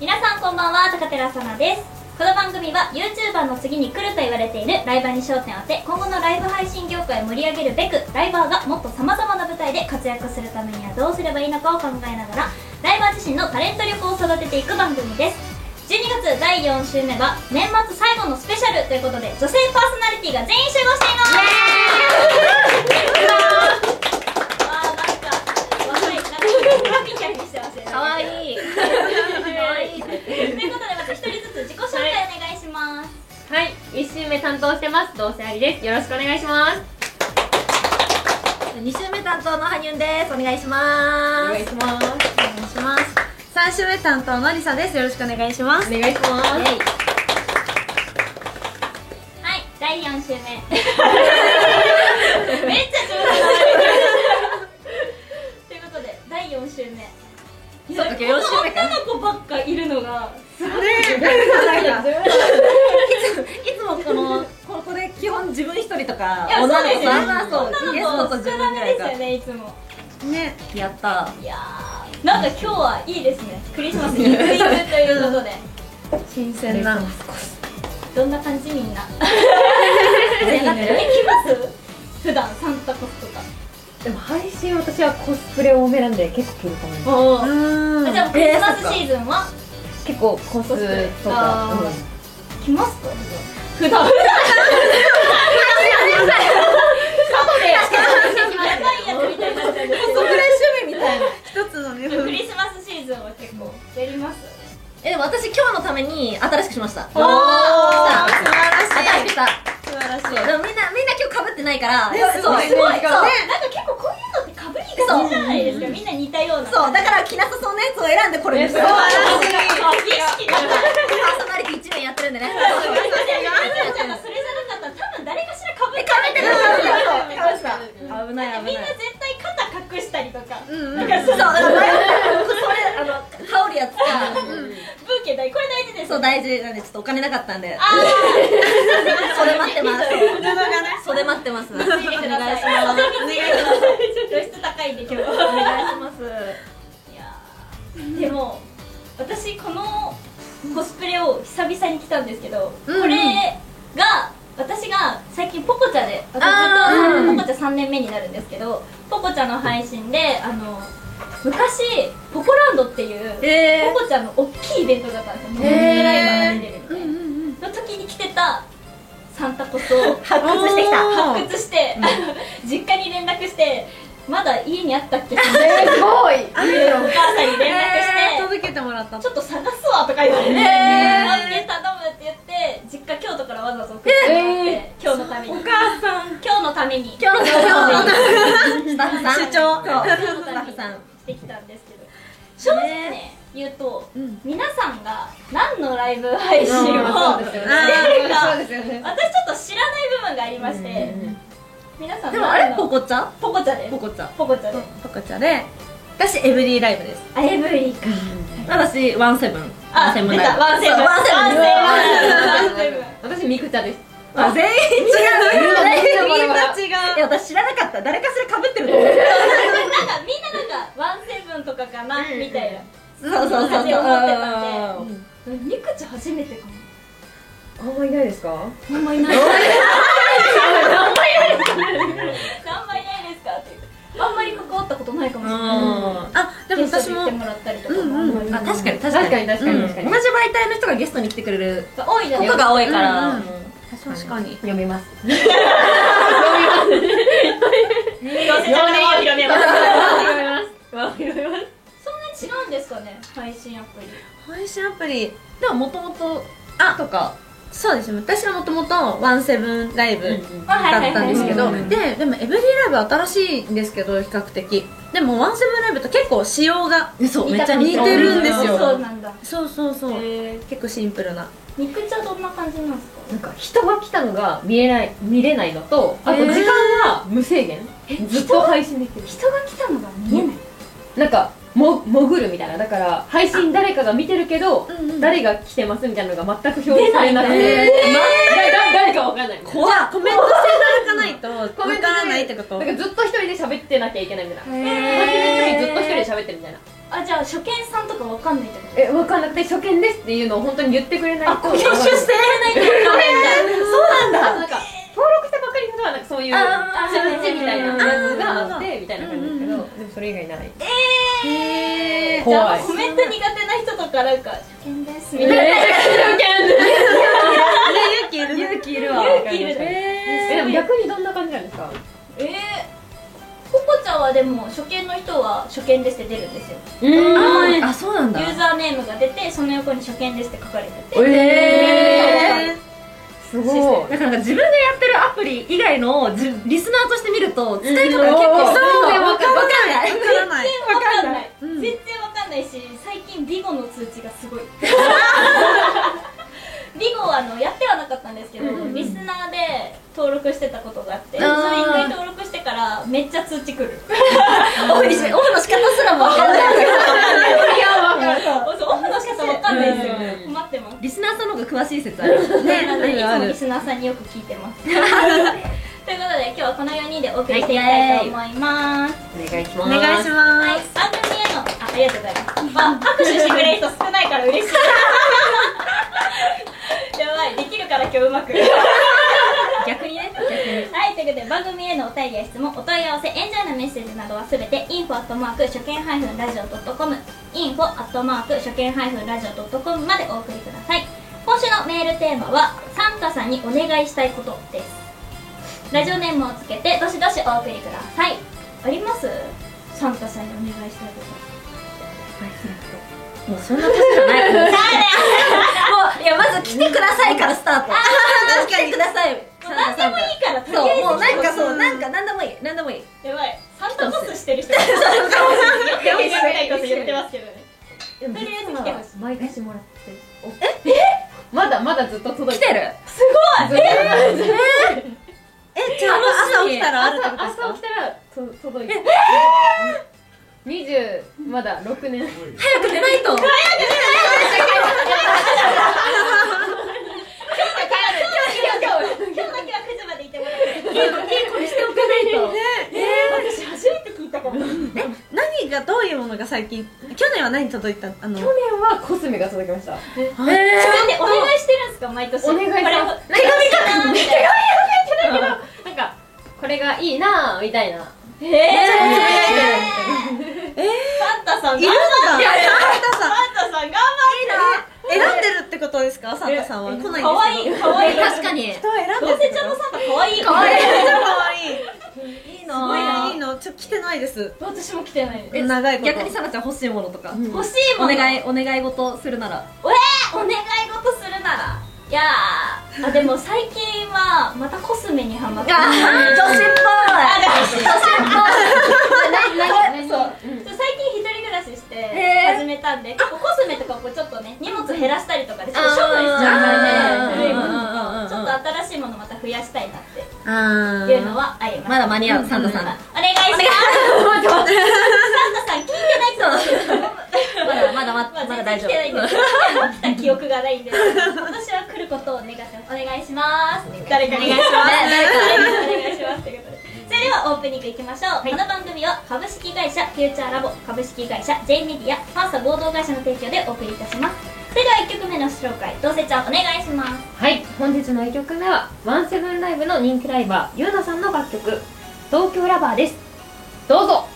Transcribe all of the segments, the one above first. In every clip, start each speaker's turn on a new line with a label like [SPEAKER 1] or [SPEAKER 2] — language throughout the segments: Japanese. [SPEAKER 1] 皆さんこんばんは高寺さなですこの番組は YouTuber の次に来ると言われているライバーに焦点を当て今後のライブ配信業界を盛り上げるべくライバーがもっとさまざまな舞台で活躍するためにはどうすればいいのかを考えながらライバー自身のタレント力を育てていく番組です12月第4週目は年末最後のスペシャルということで女性パーソナリティが全員集合していますわーなんか若いなんかキャピキャピしてますよね
[SPEAKER 2] 可愛いい。
[SPEAKER 1] ということでまず一人ずつ自己紹介お願いします、
[SPEAKER 2] はい、一週目担当してます。どうせありです。よろしくお願いします。
[SPEAKER 3] 二週目担当の羽生です。お願いします。お願いします。三週目担当のりさです。よろしくお願いします。
[SPEAKER 2] お願いします。
[SPEAKER 1] はい第4週目 めっちゃ上手ということで第4週目
[SPEAKER 2] そうか、四週目か。
[SPEAKER 1] 女の子ばっかいるのが
[SPEAKER 3] なんかいつもこのここれ基本自分一人とか
[SPEAKER 1] いやそうですよ
[SPEAKER 3] 女の子そうゲ
[SPEAKER 1] 女
[SPEAKER 3] ス
[SPEAKER 1] の
[SPEAKER 3] ト
[SPEAKER 1] 子
[SPEAKER 3] と
[SPEAKER 1] 少な
[SPEAKER 3] 自分ぐ
[SPEAKER 1] めで
[SPEAKER 3] らい
[SPEAKER 1] す
[SPEAKER 3] か
[SPEAKER 1] よねいつも
[SPEAKER 3] ねやった
[SPEAKER 1] いやーなんか今日はいいですねクリスマスイブイブということで
[SPEAKER 3] 新鮮な
[SPEAKER 1] どんな感じみんな
[SPEAKER 3] ぜひ
[SPEAKER 1] え
[SPEAKER 3] ね
[SPEAKER 1] 来ます普段サンタコスとか
[SPEAKER 4] でも配信私はコスプレ多めなんで結構来ると思いま
[SPEAKER 1] お
[SPEAKER 3] う
[SPEAKER 1] ー
[SPEAKER 3] ん
[SPEAKER 1] じゃあクリスマスシーズンは
[SPEAKER 4] す結構コス
[SPEAKER 1] コスプレ
[SPEAKER 4] と
[SPEAKER 1] あ
[SPEAKER 4] か
[SPEAKER 1] ー
[SPEAKER 4] うん
[SPEAKER 1] 来ますか普段普段やばいやつみたいになっちゃうんですけど
[SPEAKER 3] コスプレ趣味みたいな一つのね
[SPEAKER 1] クリスマスシーズンは結構やります
[SPEAKER 2] え、でも私今日のために新しくしました。
[SPEAKER 3] おお素
[SPEAKER 2] 新
[SPEAKER 3] 晴
[SPEAKER 2] し
[SPEAKER 3] ら
[SPEAKER 2] く
[SPEAKER 3] しい
[SPEAKER 2] した。
[SPEAKER 3] 素晴らしい
[SPEAKER 2] でもみんな、みんな今日被ってないから。
[SPEAKER 3] ね
[SPEAKER 2] そう
[SPEAKER 3] すご
[SPEAKER 2] そう
[SPEAKER 3] いね
[SPEAKER 2] そう
[SPEAKER 1] なんか結構こういうのってかぶりがちじゃないですかみんな似たような
[SPEAKER 2] そう、だから着なさそうなやつを選んでこれにし
[SPEAKER 3] 素晴
[SPEAKER 2] た。パ
[SPEAKER 3] らしい
[SPEAKER 1] 儀式だから
[SPEAKER 2] ーソナリティ一年やってるんで
[SPEAKER 1] あ
[SPEAKER 2] ね。
[SPEAKER 1] んちゃんがそれじゃなかったら多分誰かしらかぶって
[SPEAKER 2] 被ってる
[SPEAKER 3] 顔した危ない
[SPEAKER 1] みん
[SPEAKER 3] 危
[SPEAKER 1] な
[SPEAKER 3] ない
[SPEAKER 1] 絶対肩隠したりとか
[SPEAKER 3] う
[SPEAKER 1] ブ
[SPEAKER 3] んうん
[SPEAKER 1] だから
[SPEAKER 2] そう、だから前もそれ、あの、羽織るやつか。
[SPEAKER 1] ーケ大これ大事です
[SPEAKER 2] そう、大事なんで、ちょっとお金なかったんで。
[SPEAKER 1] あ
[SPEAKER 2] それ待ってます。
[SPEAKER 3] 布がね
[SPEAKER 2] それ待ってます。お
[SPEAKER 1] ー見てくださいお願いします露出高いんで今日
[SPEAKER 3] お願いします
[SPEAKER 1] いやーでも私このコスプレを久々に来たんですけど、
[SPEAKER 3] うんうん
[SPEAKER 1] これが私が最近ポコチャで私ずっと
[SPEAKER 3] あー
[SPEAKER 1] あのポコチャ3年目になるんですけどポコチャの配信であの昔ポコランドっていう
[SPEAKER 3] え
[SPEAKER 1] ポコチャの大きいイベントがあったんですよ、モ
[SPEAKER 3] へー
[SPEAKER 1] ノライバーが出るみたいな、の時に来てたサンタコスを
[SPEAKER 2] 発掘してきた。
[SPEAKER 1] 発掘して、実家に連絡してまだ家にあったっけって
[SPEAKER 4] すご
[SPEAKER 1] お
[SPEAKER 4] い
[SPEAKER 1] 母さんに連絡して、
[SPEAKER 3] 届けてもらった
[SPEAKER 1] ちょっと探すわとか言われて、
[SPEAKER 3] えー
[SPEAKER 1] なんで頼むって言って、実家京都からわざわざ送ってもらって、今日のために。お母さん。今日のために。今日のために。
[SPEAKER 2] スタッフさん。
[SPEAKER 3] 主張
[SPEAKER 2] そう。
[SPEAKER 1] 今日の
[SPEAKER 2] スタ
[SPEAKER 1] ため
[SPEAKER 2] ッフ
[SPEAKER 1] に
[SPEAKER 2] さん。
[SPEAKER 1] してきたんですけど、正直ね、言うと、皆さんが何のライブ配信をしてるか、
[SPEAKER 4] そうですよね
[SPEAKER 1] 私ち
[SPEAKER 4] すよね
[SPEAKER 1] ょっと知らない部分がありまして、皆さん
[SPEAKER 2] でもあれ
[SPEAKER 1] ポ
[SPEAKER 2] ポ
[SPEAKER 1] コ
[SPEAKER 2] コチャ
[SPEAKER 1] ポコチャです
[SPEAKER 2] ポ。コチャ
[SPEAKER 1] ポコチャです。
[SPEAKER 3] ポコチャで私エブリーライブです
[SPEAKER 1] あエブリィか。
[SPEAKER 2] 私ワンセブンワ
[SPEAKER 1] あ、
[SPEAKER 2] ンセブン
[SPEAKER 1] 出
[SPEAKER 2] ライ
[SPEAKER 1] た。
[SPEAKER 2] ブ
[SPEAKER 1] ワンセブン。
[SPEAKER 2] そうワンセブン
[SPEAKER 1] ワンセブン。ワンセブン。
[SPEAKER 4] 私ミクチャです
[SPEAKER 2] あ全員違う違う
[SPEAKER 3] みんな
[SPEAKER 2] いや私知らなかった誰かしら被ってると思う
[SPEAKER 1] なんかみんななんかワンセブンとかかなみたいな。
[SPEAKER 2] そうそうそうそ
[SPEAKER 1] 私
[SPEAKER 2] う
[SPEAKER 1] 思ってた
[SPEAKER 2] うん
[SPEAKER 1] ミクチ初めてかも。
[SPEAKER 4] あんまいないですか
[SPEAKER 1] あんまいない。あんまいないですか。あんまいないですかっていうか。あんまり関わったことないかもしれない。
[SPEAKER 3] あでも
[SPEAKER 1] ゲス
[SPEAKER 3] 私
[SPEAKER 1] トで来
[SPEAKER 3] も
[SPEAKER 1] てもらったりとかもあんまり
[SPEAKER 2] あ確かに
[SPEAKER 4] 確
[SPEAKER 2] 確
[SPEAKER 4] かに確かに
[SPEAKER 2] うん
[SPEAKER 4] 確か
[SPEAKER 2] 同
[SPEAKER 4] に
[SPEAKER 2] じ媒体の人がゲストに来てくれる
[SPEAKER 1] 多いじゃ
[SPEAKER 2] こ
[SPEAKER 1] ない
[SPEAKER 2] とが多いか ら
[SPEAKER 3] うんうん
[SPEAKER 2] 確
[SPEAKER 3] 確かに
[SPEAKER 4] 読みます
[SPEAKER 2] 読めます
[SPEAKER 1] そんなに違うんですかね。配信アプリ。
[SPEAKER 3] 配信アプリ
[SPEAKER 2] でももともと
[SPEAKER 3] あ
[SPEAKER 2] とか
[SPEAKER 3] そうですね私はもともとワンセブンライブ
[SPEAKER 1] あはいは
[SPEAKER 3] だ
[SPEAKER 1] いはい
[SPEAKER 3] ったんですけ
[SPEAKER 4] う
[SPEAKER 3] ど
[SPEAKER 4] んうんうん
[SPEAKER 3] ででもエブリーライブは新しいんですけど比較的でもワンセブンライブと結構仕様が
[SPEAKER 2] そう
[SPEAKER 1] 見
[SPEAKER 2] めったちゃ
[SPEAKER 1] 感じ
[SPEAKER 2] 似
[SPEAKER 3] 似てるんですよ
[SPEAKER 1] そうなんだ。
[SPEAKER 3] そうそうそう
[SPEAKER 1] え
[SPEAKER 3] 結構シンプルな
[SPEAKER 1] ミクチャどんな感じなんですか。
[SPEAKER 4] なんか人が来たのが見えない見れないのとあと時間が無制限ずっと配信できる
[SPEAKER 1] 人が来たのが見えない。
[SPEAKER 4] なんかも潜るみたいなだから配信誰かが見てるけど
[SPEAKER 3] うんうん
[SPEAKER 4] 誰が来てますみたいなのが全く表示されなくてま誰誰かわかんないみたいな
[SPEAKER 3] じゃあコメントしていただかないと
[SPEAKER 4] コ
[SPEAKER 3] わ
[SPEAKER 4] メント
[SPEAKER 3] からないってこと
[SPEAKER 4] なんかずっと一人で喋ってなきゃいけないみたいな。始
[SPEAKER 3] へ
[SPEAKER 4] め
[SPEAKER 3] ー
[SPEAKER 4] る時ずっと一人で喋ってるみたいな。
[SPEAKER 1] あじゃあ初見さんとかわかんないってこと
[SPEAKER 4] え分かんなくて初見ですっていうのを本当に言ってくれないと
[SPEAKER 1] あ
[SPEAKER 4] わかんない
[SPEAKER 1] られないってこと なんだ
[SPEAKER 4] そうなんだなんか登録したばっかりの人はなんかそういう
[SPEAKER 1] あー
[SPEAKER 4] 通知みたいなやつがあ
[SPEAKER 2] あ
[SPEAKER 4] ってみたいな感じですけどでもそれ以外ない
[SPEAKER 1] えー、
[SPEAKER 4] 怖い
[SPEAKER 1] じゃあコメント苦手な人とかなんか初見ですみ
[SPEAKER 4] めちゃくち
[SPEAKER 1] たいな
[SPEAKER 4] ゃ初
[SPEAKER 2] 勇気いる勇気いる
[SPEAKER 4] 見
[SPEAKER 1] 勇気いるね
[SPEAKER 4] えでも逆にどんな感じなんですか
[SPEAKER 1] えーココちゃんはでも初見の人は初見ですって出るんですよ
[SPEAKER 4] うん
[SPEAKER 2] ああそうなんだ
[SPEAKER 1] ユーザーネームが出てその横に初見ですって書かれてて
[SPEAKER 4] えーすごい
[SPEAKER 2] だからなんか自分がやってるアプリ以外のをじリスナーとして見ると使い
[SPEAKER 4] う
[SPEAKER 2] 方が結
[SPEAKER 4] んそ
[SPEAKER 2] 構
[SPEAKER 4] うね
[SPEAKER 2] わかんないわからない
[SPEAKER 1] 全然わかんない
[SPEAKER 2] うん
[SPEAKER 1] 全然わかんないし最近ビゴの通知がす ごいビゴはあのやってはなかったんですけど、リスナーで登録してたことがあってそ
[SPEAKER 2] あ
[SPEAKER 1] れ
[SPEAKER 2] ー
[SPEAKER 1] 一回登録してからめっちゃ通知来る
[SPEAKER 2] オフにしオフの仕方すらもわからない
[SPEAKER 1] そうオフの仕方わかんないですよ
[SPEAKER 4] う
[SPEAKER 1] 困ってます
[SPEAKER 2] リスナーさんの方が詳しい説あるね
[SPEAKER 1] なのでいつもリスナーさんによく聞いて ますということで今日はこの4人でお送りしていきたいと思います
[SPEAKER 4] お願いしま
[SPEAKER 2] お願いしま
[SPEAKER 1] はい
[SPEAKER 2] す、
[SPEAKER 1] 番組へのあありがとうございます、まあ、拍手してくれる人少ないから 嬉しいやばいできるから今日うまく
[SPEAKER 2] 逆にね
[SPEAKER 1] はいということで番組へのお便りや質問お問い合わせエンジョイのメッセージなどはすべて info アットマーク初見ハイフンラジオドットコム info アットマーク初見ハイフンラジオドットコムまでお送りください今週のメールテーマはサンタさんにお願いしたいことですラジオネームをつけてどしどしお送りくださいありますサンタさんにお願いしたいこと
[SPEAKER 2] もうそんなことじゃないも ういやまず来てくださいからスタート来てください
[SPEAKER 1] 何でもいいからとりあえ
[SPEAKER 2] そう
[SPEAKER 1] ず
[SPEAKER 2] もうなんかそうなんか何でもいい何でもいい
[SPEAKER 1] やばいサンタコスしてる人がよく言わないこと言ってますけどね
[SPEAKER 4] でも
[SPEAKER 1] とりあえず来てほし
[SPEAKER 4] 毎年もらってええまだまだずっと届い
[SPEAKER 2] 来てる
[SPEAKER 4] ずっと届いてる
[SPEAKER 2] えじゃあ朝起きたらあるってことで
[SPEAKER 4] 朝
[SPEAKER 2] すか
[SPEAKER 4] 朝起きたらと届いてる二十まだ六年
[SPEAKER 2] 早く寝ないと
[SPEAKER 1] 今日だけは9時までいてもらえる
[SPEAKER 2] これしておかな いと
[SPEAKER 1] 私初めて聞いたかも
[SPEAKER 2] 何がどういうものが最近去年は何届いたあの
[SPEAKER 4] 去年はコスメが届きました
[SPEAKER 1] それでお願いしてるんですか毎年
[SPEAKER 4] お願いします
[SPEAKER 1] これ
[SPEAKER 4] なんか
[SPEAKER 1] 手紙かなみたいな
[SPEAKER 4] なんかこれがいいなぁみたいな
[SPEAKER 1] えーサンタさん
[SPEAKER 2] いるん
[SPEAKER 1] 頑張っ
[SPEAKER 2] だ
[SPEAKER 1] て
[SPEAKER 2] サンタさん
[SPEAKER 1] サンタさん頑張っ
[SPEAKER 2] 選んでるってことですかサンタさんは来ないん
[SPEAKER 1] て
[SPEAKER 2] ですけ
[SPEAKER 1] か
[SPEAKER 2] ど
[SPEAKER 1] わいいかわいい
[SPEAKER 5] 確かに
[SPEAKER 2] 人は選んで
[SPEAKER 1] どう
[SPEAKER 2] るって
[SPEAKER 1] せ
[SPEAKER 2] こ
[SPEAKER 1] ちゃんの
[SPEAKER 2] と
[SPEAKER 1] サンタかわいいか
[SPEAKER 2] 可
[SPEAKER 1] わい
[SPEAKER 2] 愛
[SPEAKER 1] い
[SPEAKER 2] い可愛いいい
[SPEAKER 1] すごいない
[SPEAKER 2] いのちょっと来てないです
[SPEAKER 1] 私も来てないです
[SPEAKER 2] 長いこと逆にサナちゃん欲しいものとか
[SPEAKER 1] 欲しい
[SPEAKER 2] お
[SPEAKER 1] もの
[SPEAKER 2] 願いお願い事するなら
[SPEAKER 1] えーお願い事するならいやーあでも最近はまたコスメにハマって
[SPEAKER 2] あー女子っぽい
[SPEAKER 1] そうそう最近一人暮らしして
[SPEAKER 2] へー
[SPEAKER 1] 始めたんで結構コスメとかこうちょっとね荷物減らしたりとかでちょっと
[SPEAKER 2] あ
[SPEAKER 1] 処分しちゃうからね古いもの
[SPEAKER 2] ー
[SPEAKER 1] ちょっと新しいものまた増やしたいなっ
[SPEAKER 2] あ
[SPEAKER 1] ていうのはあります
[SPEAKER 2] まだ間に合うサンタさん
[SPEAKER 1] お願いしますサンタさん聞いてないと思う
[SPEAKER 2] まだまだま
[SPEAKER 1] まあ
[SPEAKER 2] だま
[SPEAKER 1] 全
[SPEAKER 2] だ大
[SPEAKER 1] 然
[SPEAKER 2] 丈
[SPEAKER 1] 来
[SPEAKER 2] 夫
[SPEAKER 1] てないんです来た記憶がない んです今年は来ることを願ってますお願いします誰かにお願いしますお願いしますということでそれではオープニングいきましょう、この番組は株式会社フューチャーラボ株式会社 J メディアファーサ合同会社の提供でお送りいたしますそれでは1曲目の紹介どうせちゃんお願いします
[SPEAKER 4] はい本日の1曲目はワンセブンライブの人気ライバーゆうなさんの楽曲「東京ラバー」ですどうぞ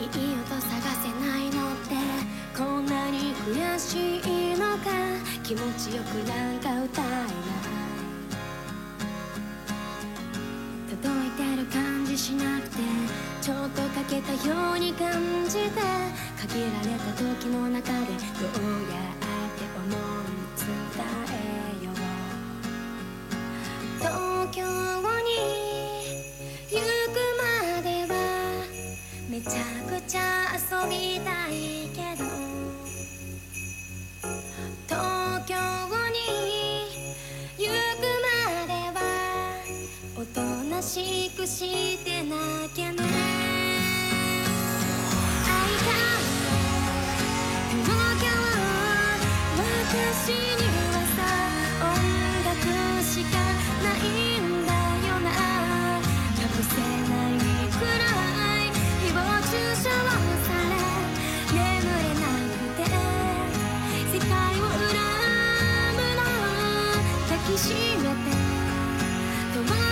[SPEAKER 6] いい音探せないのってこんなに悔しいのか気持ちよくなんか歌えない届いてる感じしなくてちょっと欠けたように感じて限られた時の中でどうやって思い伝えよう東京に行くまではめちゃくちゃ遊びたいけど東京に行くまではおとなしいしめて東京は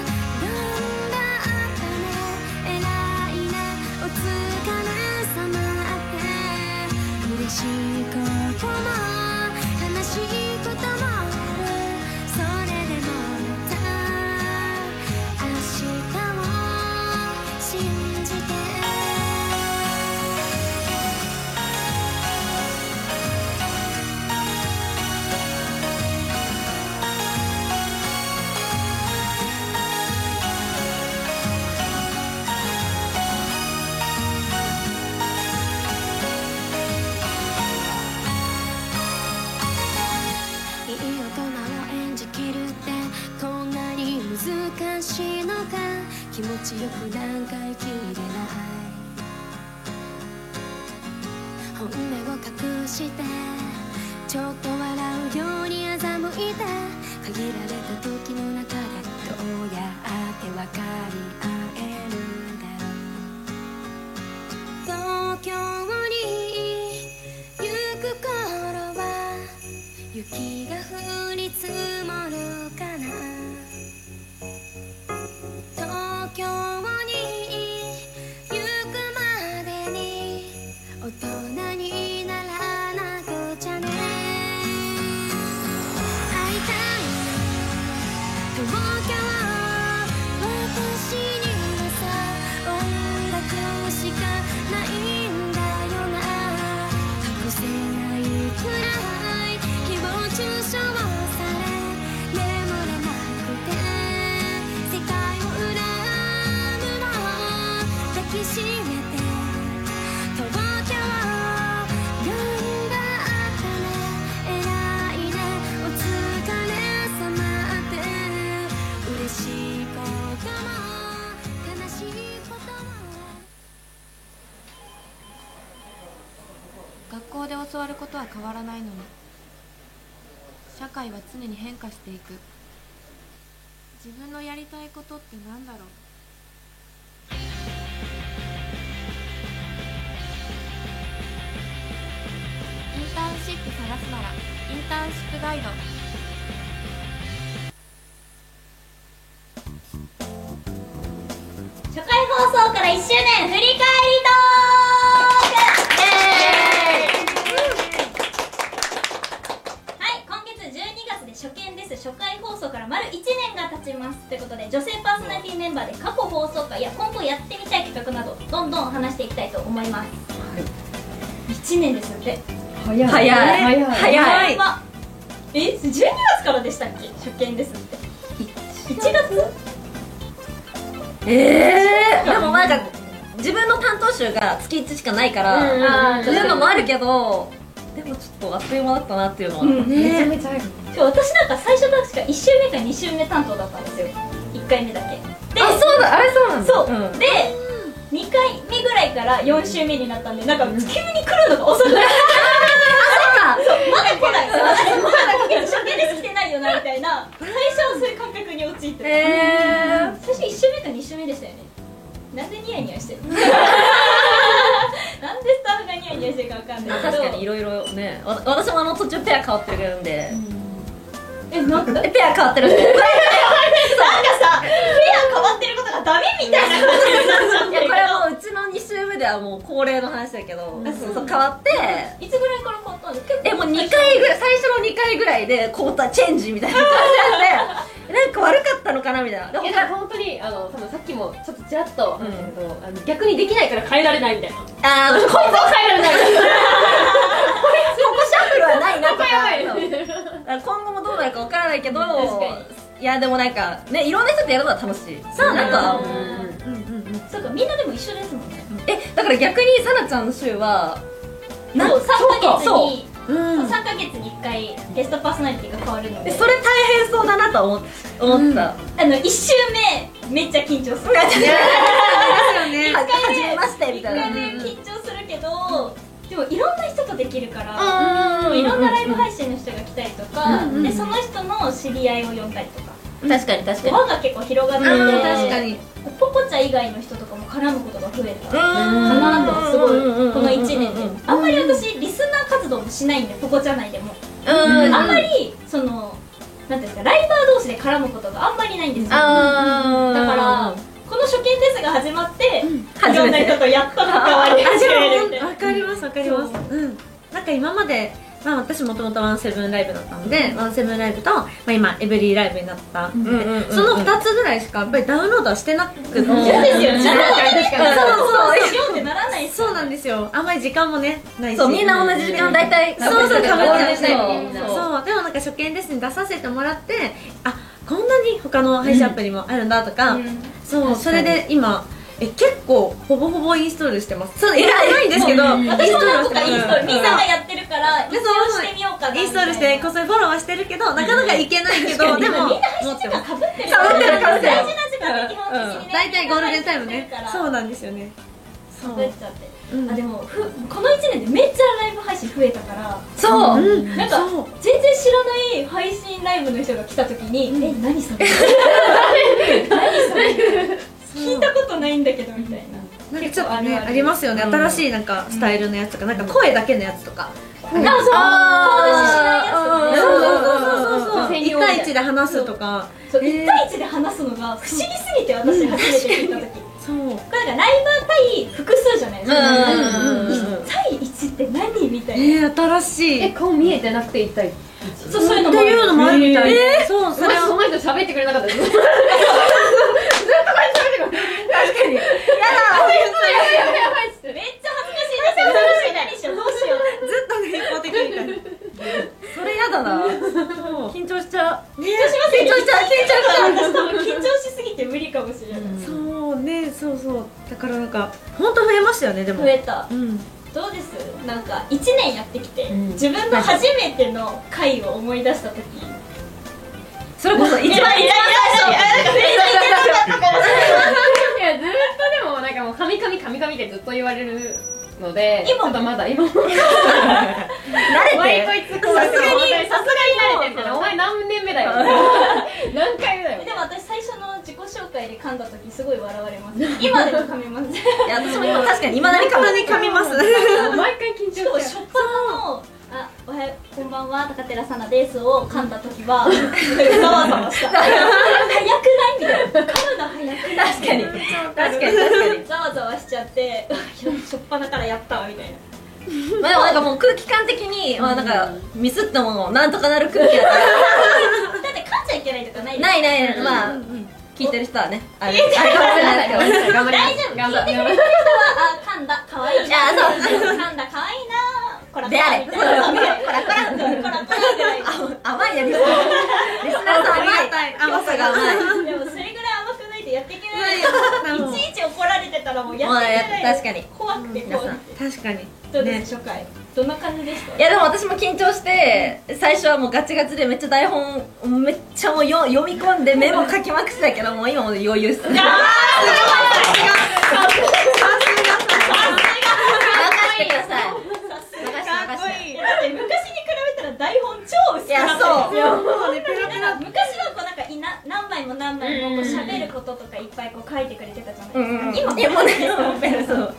[SPEAKER 6] どんだったね偉いなお疲れ様って嬉しいことも悲しいこともあるそれでもまた明日を信じていい大人を演じきるってこんなに難しいのか気持ちよくなんか生きれない本音を隠してちょっと笑うように欺いて限られた時の中でどうやって分かり合えるんだろう東京に行く頃は雪が降り積もるかな東京に行くまでに大人にならなくちゃね会いたいな東京私にはさ音楽を流してしかないんだよな隠せないくらい誹謗中傷され眠れなくて世界を恨むの抱きしめて東京呼んだったね偉いねお疲れ様って嬉しいことも悲しいことも
[SPEAKER 7] 学校で教わることは変わらないのに社会は常に変化していく自分のやりたいことって何だろうインターンシップ探すならインターンシップガイド
[SPEAKER 1] 初回放送から1周年振り返りトークはい今月12月で初見です初回放送から丸1年が経ちますということで女性パーソナリティメンバーで過去放送回や今後やってみたい企画などどんどん話していきたいと思います、1年ですって
[SPEAKER 8] 早い
[SPEAKER 4] 早い
[SPEAKER 8] 早い
[SPEAKER 4] 早い
[SPEAKER 1] はえ12月からでしたっけ初見ですって1月
[SPEAKER 2] えー、でもなんか自分の担当集が月1しかないから、
[SPEAKER 4] うんあー
[SPEAKER 2] そういうのもあるけどでもちょっとあっという間だったなっていうのは、
[SPEAKER 1] うん
[SPEAKER 8] めちゃめちゃ早い
[SPEAKER 1] で私なんか最初確か1週目か2週目担当だったんですよ1回目だけで
[SPEAKER 8] あそうだあれそうなんだ
[SPEAKER 1] そう、
[SPEAKER 8] ん
[SPEAKER 1] で2回目ぐらいから4週目になったんでなんか急に来るのが遅くなってそうまだ来ない私まだ今月初見です来てないよなみたいな最初はそういう感覚に陥ってた、
[SPEAKER 8] え
[SPEAKER 1] 最初1週目か2週目でしたよねなんでニヤニヤして るのなんでスタッフがニヤニヤしてるかわかんないけど
[SPEAKER 2] 確かにいろいろねわ私もあの途中ペア変わってるんで、
[SPEAKER 1] えなんか
[SPEAKER 2] ペア変わってるんで
[SPEAKER 1] なんかさ、ペア変わってることがダメみたいな感じになっちゃっ
[SPEAKER 2] い
[SPEAKER 1] て
[SPEAKER 2] や
[SPEAKER 1] る
[SPEAKER 2] これはもううちの2週目ではもう恒例の話だけど、そうそう変わって
[SPEAKER 1] いつぐらいから変わったんですか
[SPEAKER 2] えもう2回ぐらい最初の2回ぐらいで交代チェンジみたいな感じなんでなんか悪かったのかなみたいなで
[SPEAKER 4] いや
[SPEAKER 2] 他
[SPEAKER 4] だから本当にあの多分さっきもちょっとちらっと話したけど、あの逆にできないから変えられないみたいなこい
[SPEAKER 2] あー
[SPEAKER 4] つを変えられないみたいな
[SPEAKER 2] ここシャッフルはないなとか
[SPEAKER 4] やばい
[SPEAKER 2] そう今後もどうなるかわからないけど
[SPEAKER 1] 確か
[SPEAKER 2] いやでもなんかねいろんな人とやるのは楽しいさあなんか
[SPEAKER 1] うんそうかみんなでも一緒ですもんね
[SPEAKER 2] えだから逆にさなちゃんの週はな
[SPEAKER 1] そう3ヶ月
[SPEAKER 2] そう
[SPEAKER 1] に3ヶ月に1回ゲストパーソナリティが変わるの
[SPEAKER 2] え
[SPEAKER 1] で
[SPEAKER 2] それ大変そうだなと思っ思った、
[SPEAKER 1] あの1周目めっちゃ緊張する
[SPEAKER 2] ねはじめましてみ
[SPEAKER 1] 1
[SPEAKER 2] たい
[SPEAKER 1] 回
[SPEAKER 2] な
[SPEAKER 1] 目緊張するけどでもいろんな人とできるから
[SPEAKER 2] う
[SPEAKER 1] いろんなライブ配信の人が来たりとかでその人の知り合いを呼んだりとか
[SPEAKER 2] 確かに確かに
[SPEAKER 1] 輪が結構広がって
[SPEAKER 2] うん
[SPEAKER 1] て
[SPEAKER 2] 確かに
[SPEAKER 1] ポコちゃん以外の人とかも絡むことが増えた
[SPEAKER 2] か
[SPEAKER 1] かなとすごいこの1年
[SPEAKER 2] うんうん
[SPEAKER 1] であんまり私リスナー活動もしないんでポコチャ内でも
[SPEAKER 2] うん
[SPEAKER 1] あんまりそのなんていうんですかライバー同士で絡むことがあんまりないんですよだ
[SPEAKER 3] あー
[SPEAKER 1] からこの初見フェスが始まって、い
[SPEAKER 3] 初
[SPEAKER 1] ろんな
[SPEAKER 3] めて
[SPEAKER 1] ことやっと関わり始めるみたいな
[SPEAKER 3] わかりますわかりますうんなんか今までまあ私もともとワンセブンライブだったので、ワンセブンライブと、まあ、今エブリーライブになったので、
[SPEAKER 2] うんうんうんうん
[SPEAKER 3] その2つぐらいしかやっぱりダウンロードはしてなくて、
[SPEAKER 1] 嫌ですよね
[SPEAKER 3] 確かにそうそう
[SPEAKER 1] そうしようってならないし
[SPEAKER 3] そうなんですよあんまり時間もねないし
[SPEAKER 2] そうみんな同じ時間大体
[SPEAKER 3] そうそ
[SPEAKER 2] 被っ
[SPEAKER 3] う被っ
[SPEAKER 2] ち
[SPEAKER 3] ち
[SPEAKER 2] ゃ
[SPEAKER 3] ゃ
[SPEAKER 2] う
[SPEAKER 3] うんん
[SPEAKER 2] だ
[SPEAKER 3] だ
[SPEAKER 2] よ
[SPEAKER 3] よそうでもなんか初見ですに出させてもらってあこんなに他の配信アプリもあるんだとか、そうそれで今え結構ほぼほぼインストールしてますそう偉いないんですけど
[SPEAKER 1] 私も何個かインストールみんなが
[SPEAKER 3] イ
[SPEAKER 1] やってるから一
[SPEAKER 3] で
[SPEAKER 1] 応
[SPEAKER 3] そう
[SPEAKER 1] してみようかなみたいな
[SPEAKER 3] ンストールしてこっそりフォローはしてるけどなかなかいけないけどでも
[SPEAKER 1] みんな
[SPEAKER 3] 持ってます
[SPEAKER 1] かぶってる
[SPEAKER 3] 被ってる被ってる
[SPEAKER 1] 大事な時間で基本的にね
[SPEAKER 3] 大体ゴールデンタイムねそううなんですよねそ
[SPEAKER 1] かぶっ
[SPEAKER 3] う
[SPEAKER 1] ちゃって
[SPEAKER 3] うん
[SPEAKER 1] あでもふこの1年でめっちゃライブ配信増えたから
[SPEAKER 2] そう
[SPEAKER 3] うん
[SPEAKER 1] なん
[SPEAKER 3] そう
[SPEAKER 1] か全然知らない配信ライブの人が来た時に「え何それ何それ聞いたことないんだけど」みたいな
[SPEAKER 3] なんかちょっと
[SPEAKER 1] 結
[SPEAKER 3] ね
[SPEAKER 1] 構ある
[SPEAKER 3] ありますよね
[SPEAKER 2] うん
[SPEAKER 3] 新しいなんかスタイルのやつとかなんか声だけのやつとか
[SPEAKER 1] あ
[SPEAKER 3] そう
[SPEAKER 1] そうそう
[SPEAKER 3] そうそうそうそう
[SPEAKER 4] うん
[SPEAKER 3] 一対一で話すとか
[SPEAKER 1] そう
[SPEAKER 3] えー
[SPEAKER 1] 1対1で話すのが不思議すぎて私初めて聞いた時こ
[SPEAKER 3] そう
[SPEAKER 1] れなんかライバー対複数じゃないですか
[SPEAKER 2] うん
[SPEAKER 1] 1対1って何みたいな
[SPEAKER 3] えー新しい
[SPEAKER 4] え顔見えてなくて一体
[SPEAKER 1] そうそういうの
[SPEAKER 3] って
[SPEAKER 1] も
[SPEAKER 3] いうのもあるみたいで、そうそ
[SPEAKER 4] そ
[SPEAKER 3] れ
[SPEAKER 4] れそ
[SPEAKER 3] は
[SPEAKER 4] の人喋ってくれなかったです
[SPEAKER 1] めっちゃ恥ずかしいですよどうしよう
[SPEAKER 3] ずっとね一方的にみたいな
[SPEAKER 2] それやだな
[SPEAKER 3] 緊張しちゃうね
[SPEAKER 1] 緊張しちゃう緊張しちゃう緊張しすぎて無理かもしれない
[SPEAKER 3] そうねそうそうだからなんか本当増えましたよねでも
[SPEAKER 1] 増えた
[SPEAKER 3] うん
[SPEAKER 1] どうですなんか1年やってきて自分の初めての回を思い出した時
[SPEAKER 2] それこそ一番
[SPEAKER 1] イライラ
[SPEAKER 4] いやずっとでもなんかもう「カミカミカミカミ」ってずっと言われるので
[SPEAKER 1] 今も
[SPEAKER 4] ちょっとまだ今も
[SPEAKER 2] 慣
[SPEAKER 4] おい
[SPEAKER 2] れ
[SPEAKER 4] こ
[SPEAKER 2] て
[SPEAKER 4] いつこうさすがにさすがに慣れてみたいな
[SPEAKER 1] もう
[SPEAKER 4] お前何年目だよ何回目だ よ
[SPEAKER 1] でも私最初の自己紹介で噛んだ時すごい笑われます今でも噛みます
[SPEAKER 2] いや私も今確かにいまだに
[SPEAKER 3] たまに噛みますそ
[SPEAKER 4] 毎回緊張し
[SPEAKER 1] でも初
[SPEAKER 4] ちゃ
[SPEAKER 1] っ端の「あおはようこんばんは高寺さなです」を噛んだ時 はざわざわ した早くないみたいな噛むの早くない確かに
[SPEAKER 2] 確かに確かに
[SPEAKER 1] ざわざわしちゃって初っ端からやったわみたいな
[SPEAKER 2] まあでもなんかもう空気感的に、まあなんかミスったものをなんとかなる空気だか
[SPEAKER 1] だって噛んじゃいけないとか ない
[SPEAKER 2] らない
[SPEAKER 1] い
[SPEAKER 2] ないない、まあ聞いてる人はねあれあれかもしれないですけど
[SPEAKER 4] う頑張りま
[SPEAKER 1] 大
[SPEAKER 4] す
[SPEAKER 1] 丈夫
[SPEAKER 4] 頑張
[SPEAKER 1] 聞いてくれ
[SPEAKER 4] り
[SPEAKER 1] る人はあ噛んだ可愛いな
[SPEAKER 2] あそう
[SPEAKER 1] 噛んだ可愛いなこらこ
[SPEAKER 2] であ
[SPEAKER 1] ら
[SPEAKER 2] れ
[SPEAKER 1] みたいな
[SPEAKER 2] コラコラ
[SPEAKER 1] こらこらじゃない
[SPEAKER 2] あ甘いねリスナーリスナーさん甘い甘さが甘い
[SPEAKER 1] でもそれぐらい甘くないとやっていけない
[SPEAKER 3] うん
[SPEAKER 1] いちいち怒られてたらもうやっていけない
[SPEAKER 2] もうや確かに
[SPEAKER 1] 怖くて怖くて
[SPEAKER 3] 確かに
[SPEAKER 1] どうで
[SPEAKER 3] ね
[SPEAKER 1] す初回どんな感じでした
[SPEAKER 2] いやでも私も緊張して最初はもうガチガチでめっちゃ台本めっちゃもうよ読み込んでメモ書きまくってたけどもう今もう余裕っすね
[SPEAKER 1] かっこ
[SPEAKER 2] 任せてください
[SPEAKER 1] いいだって昔に比べたら台本超薄
[SPEAKER 2] いや
[SPEAKER 1] かった
[SPEAKER 2] そう
[SPEAKER 3] そうねペラペラ
[SPEAKER 1] 昔はこうなんかいな何枚も何枚もこう喋ることとかいっぱいこう書いてくれてたじゃないですか、今
[SPEAKER 2] いやもうねもうペラそう
[SPEAKER 1] もう
[SPEAKER 4] こ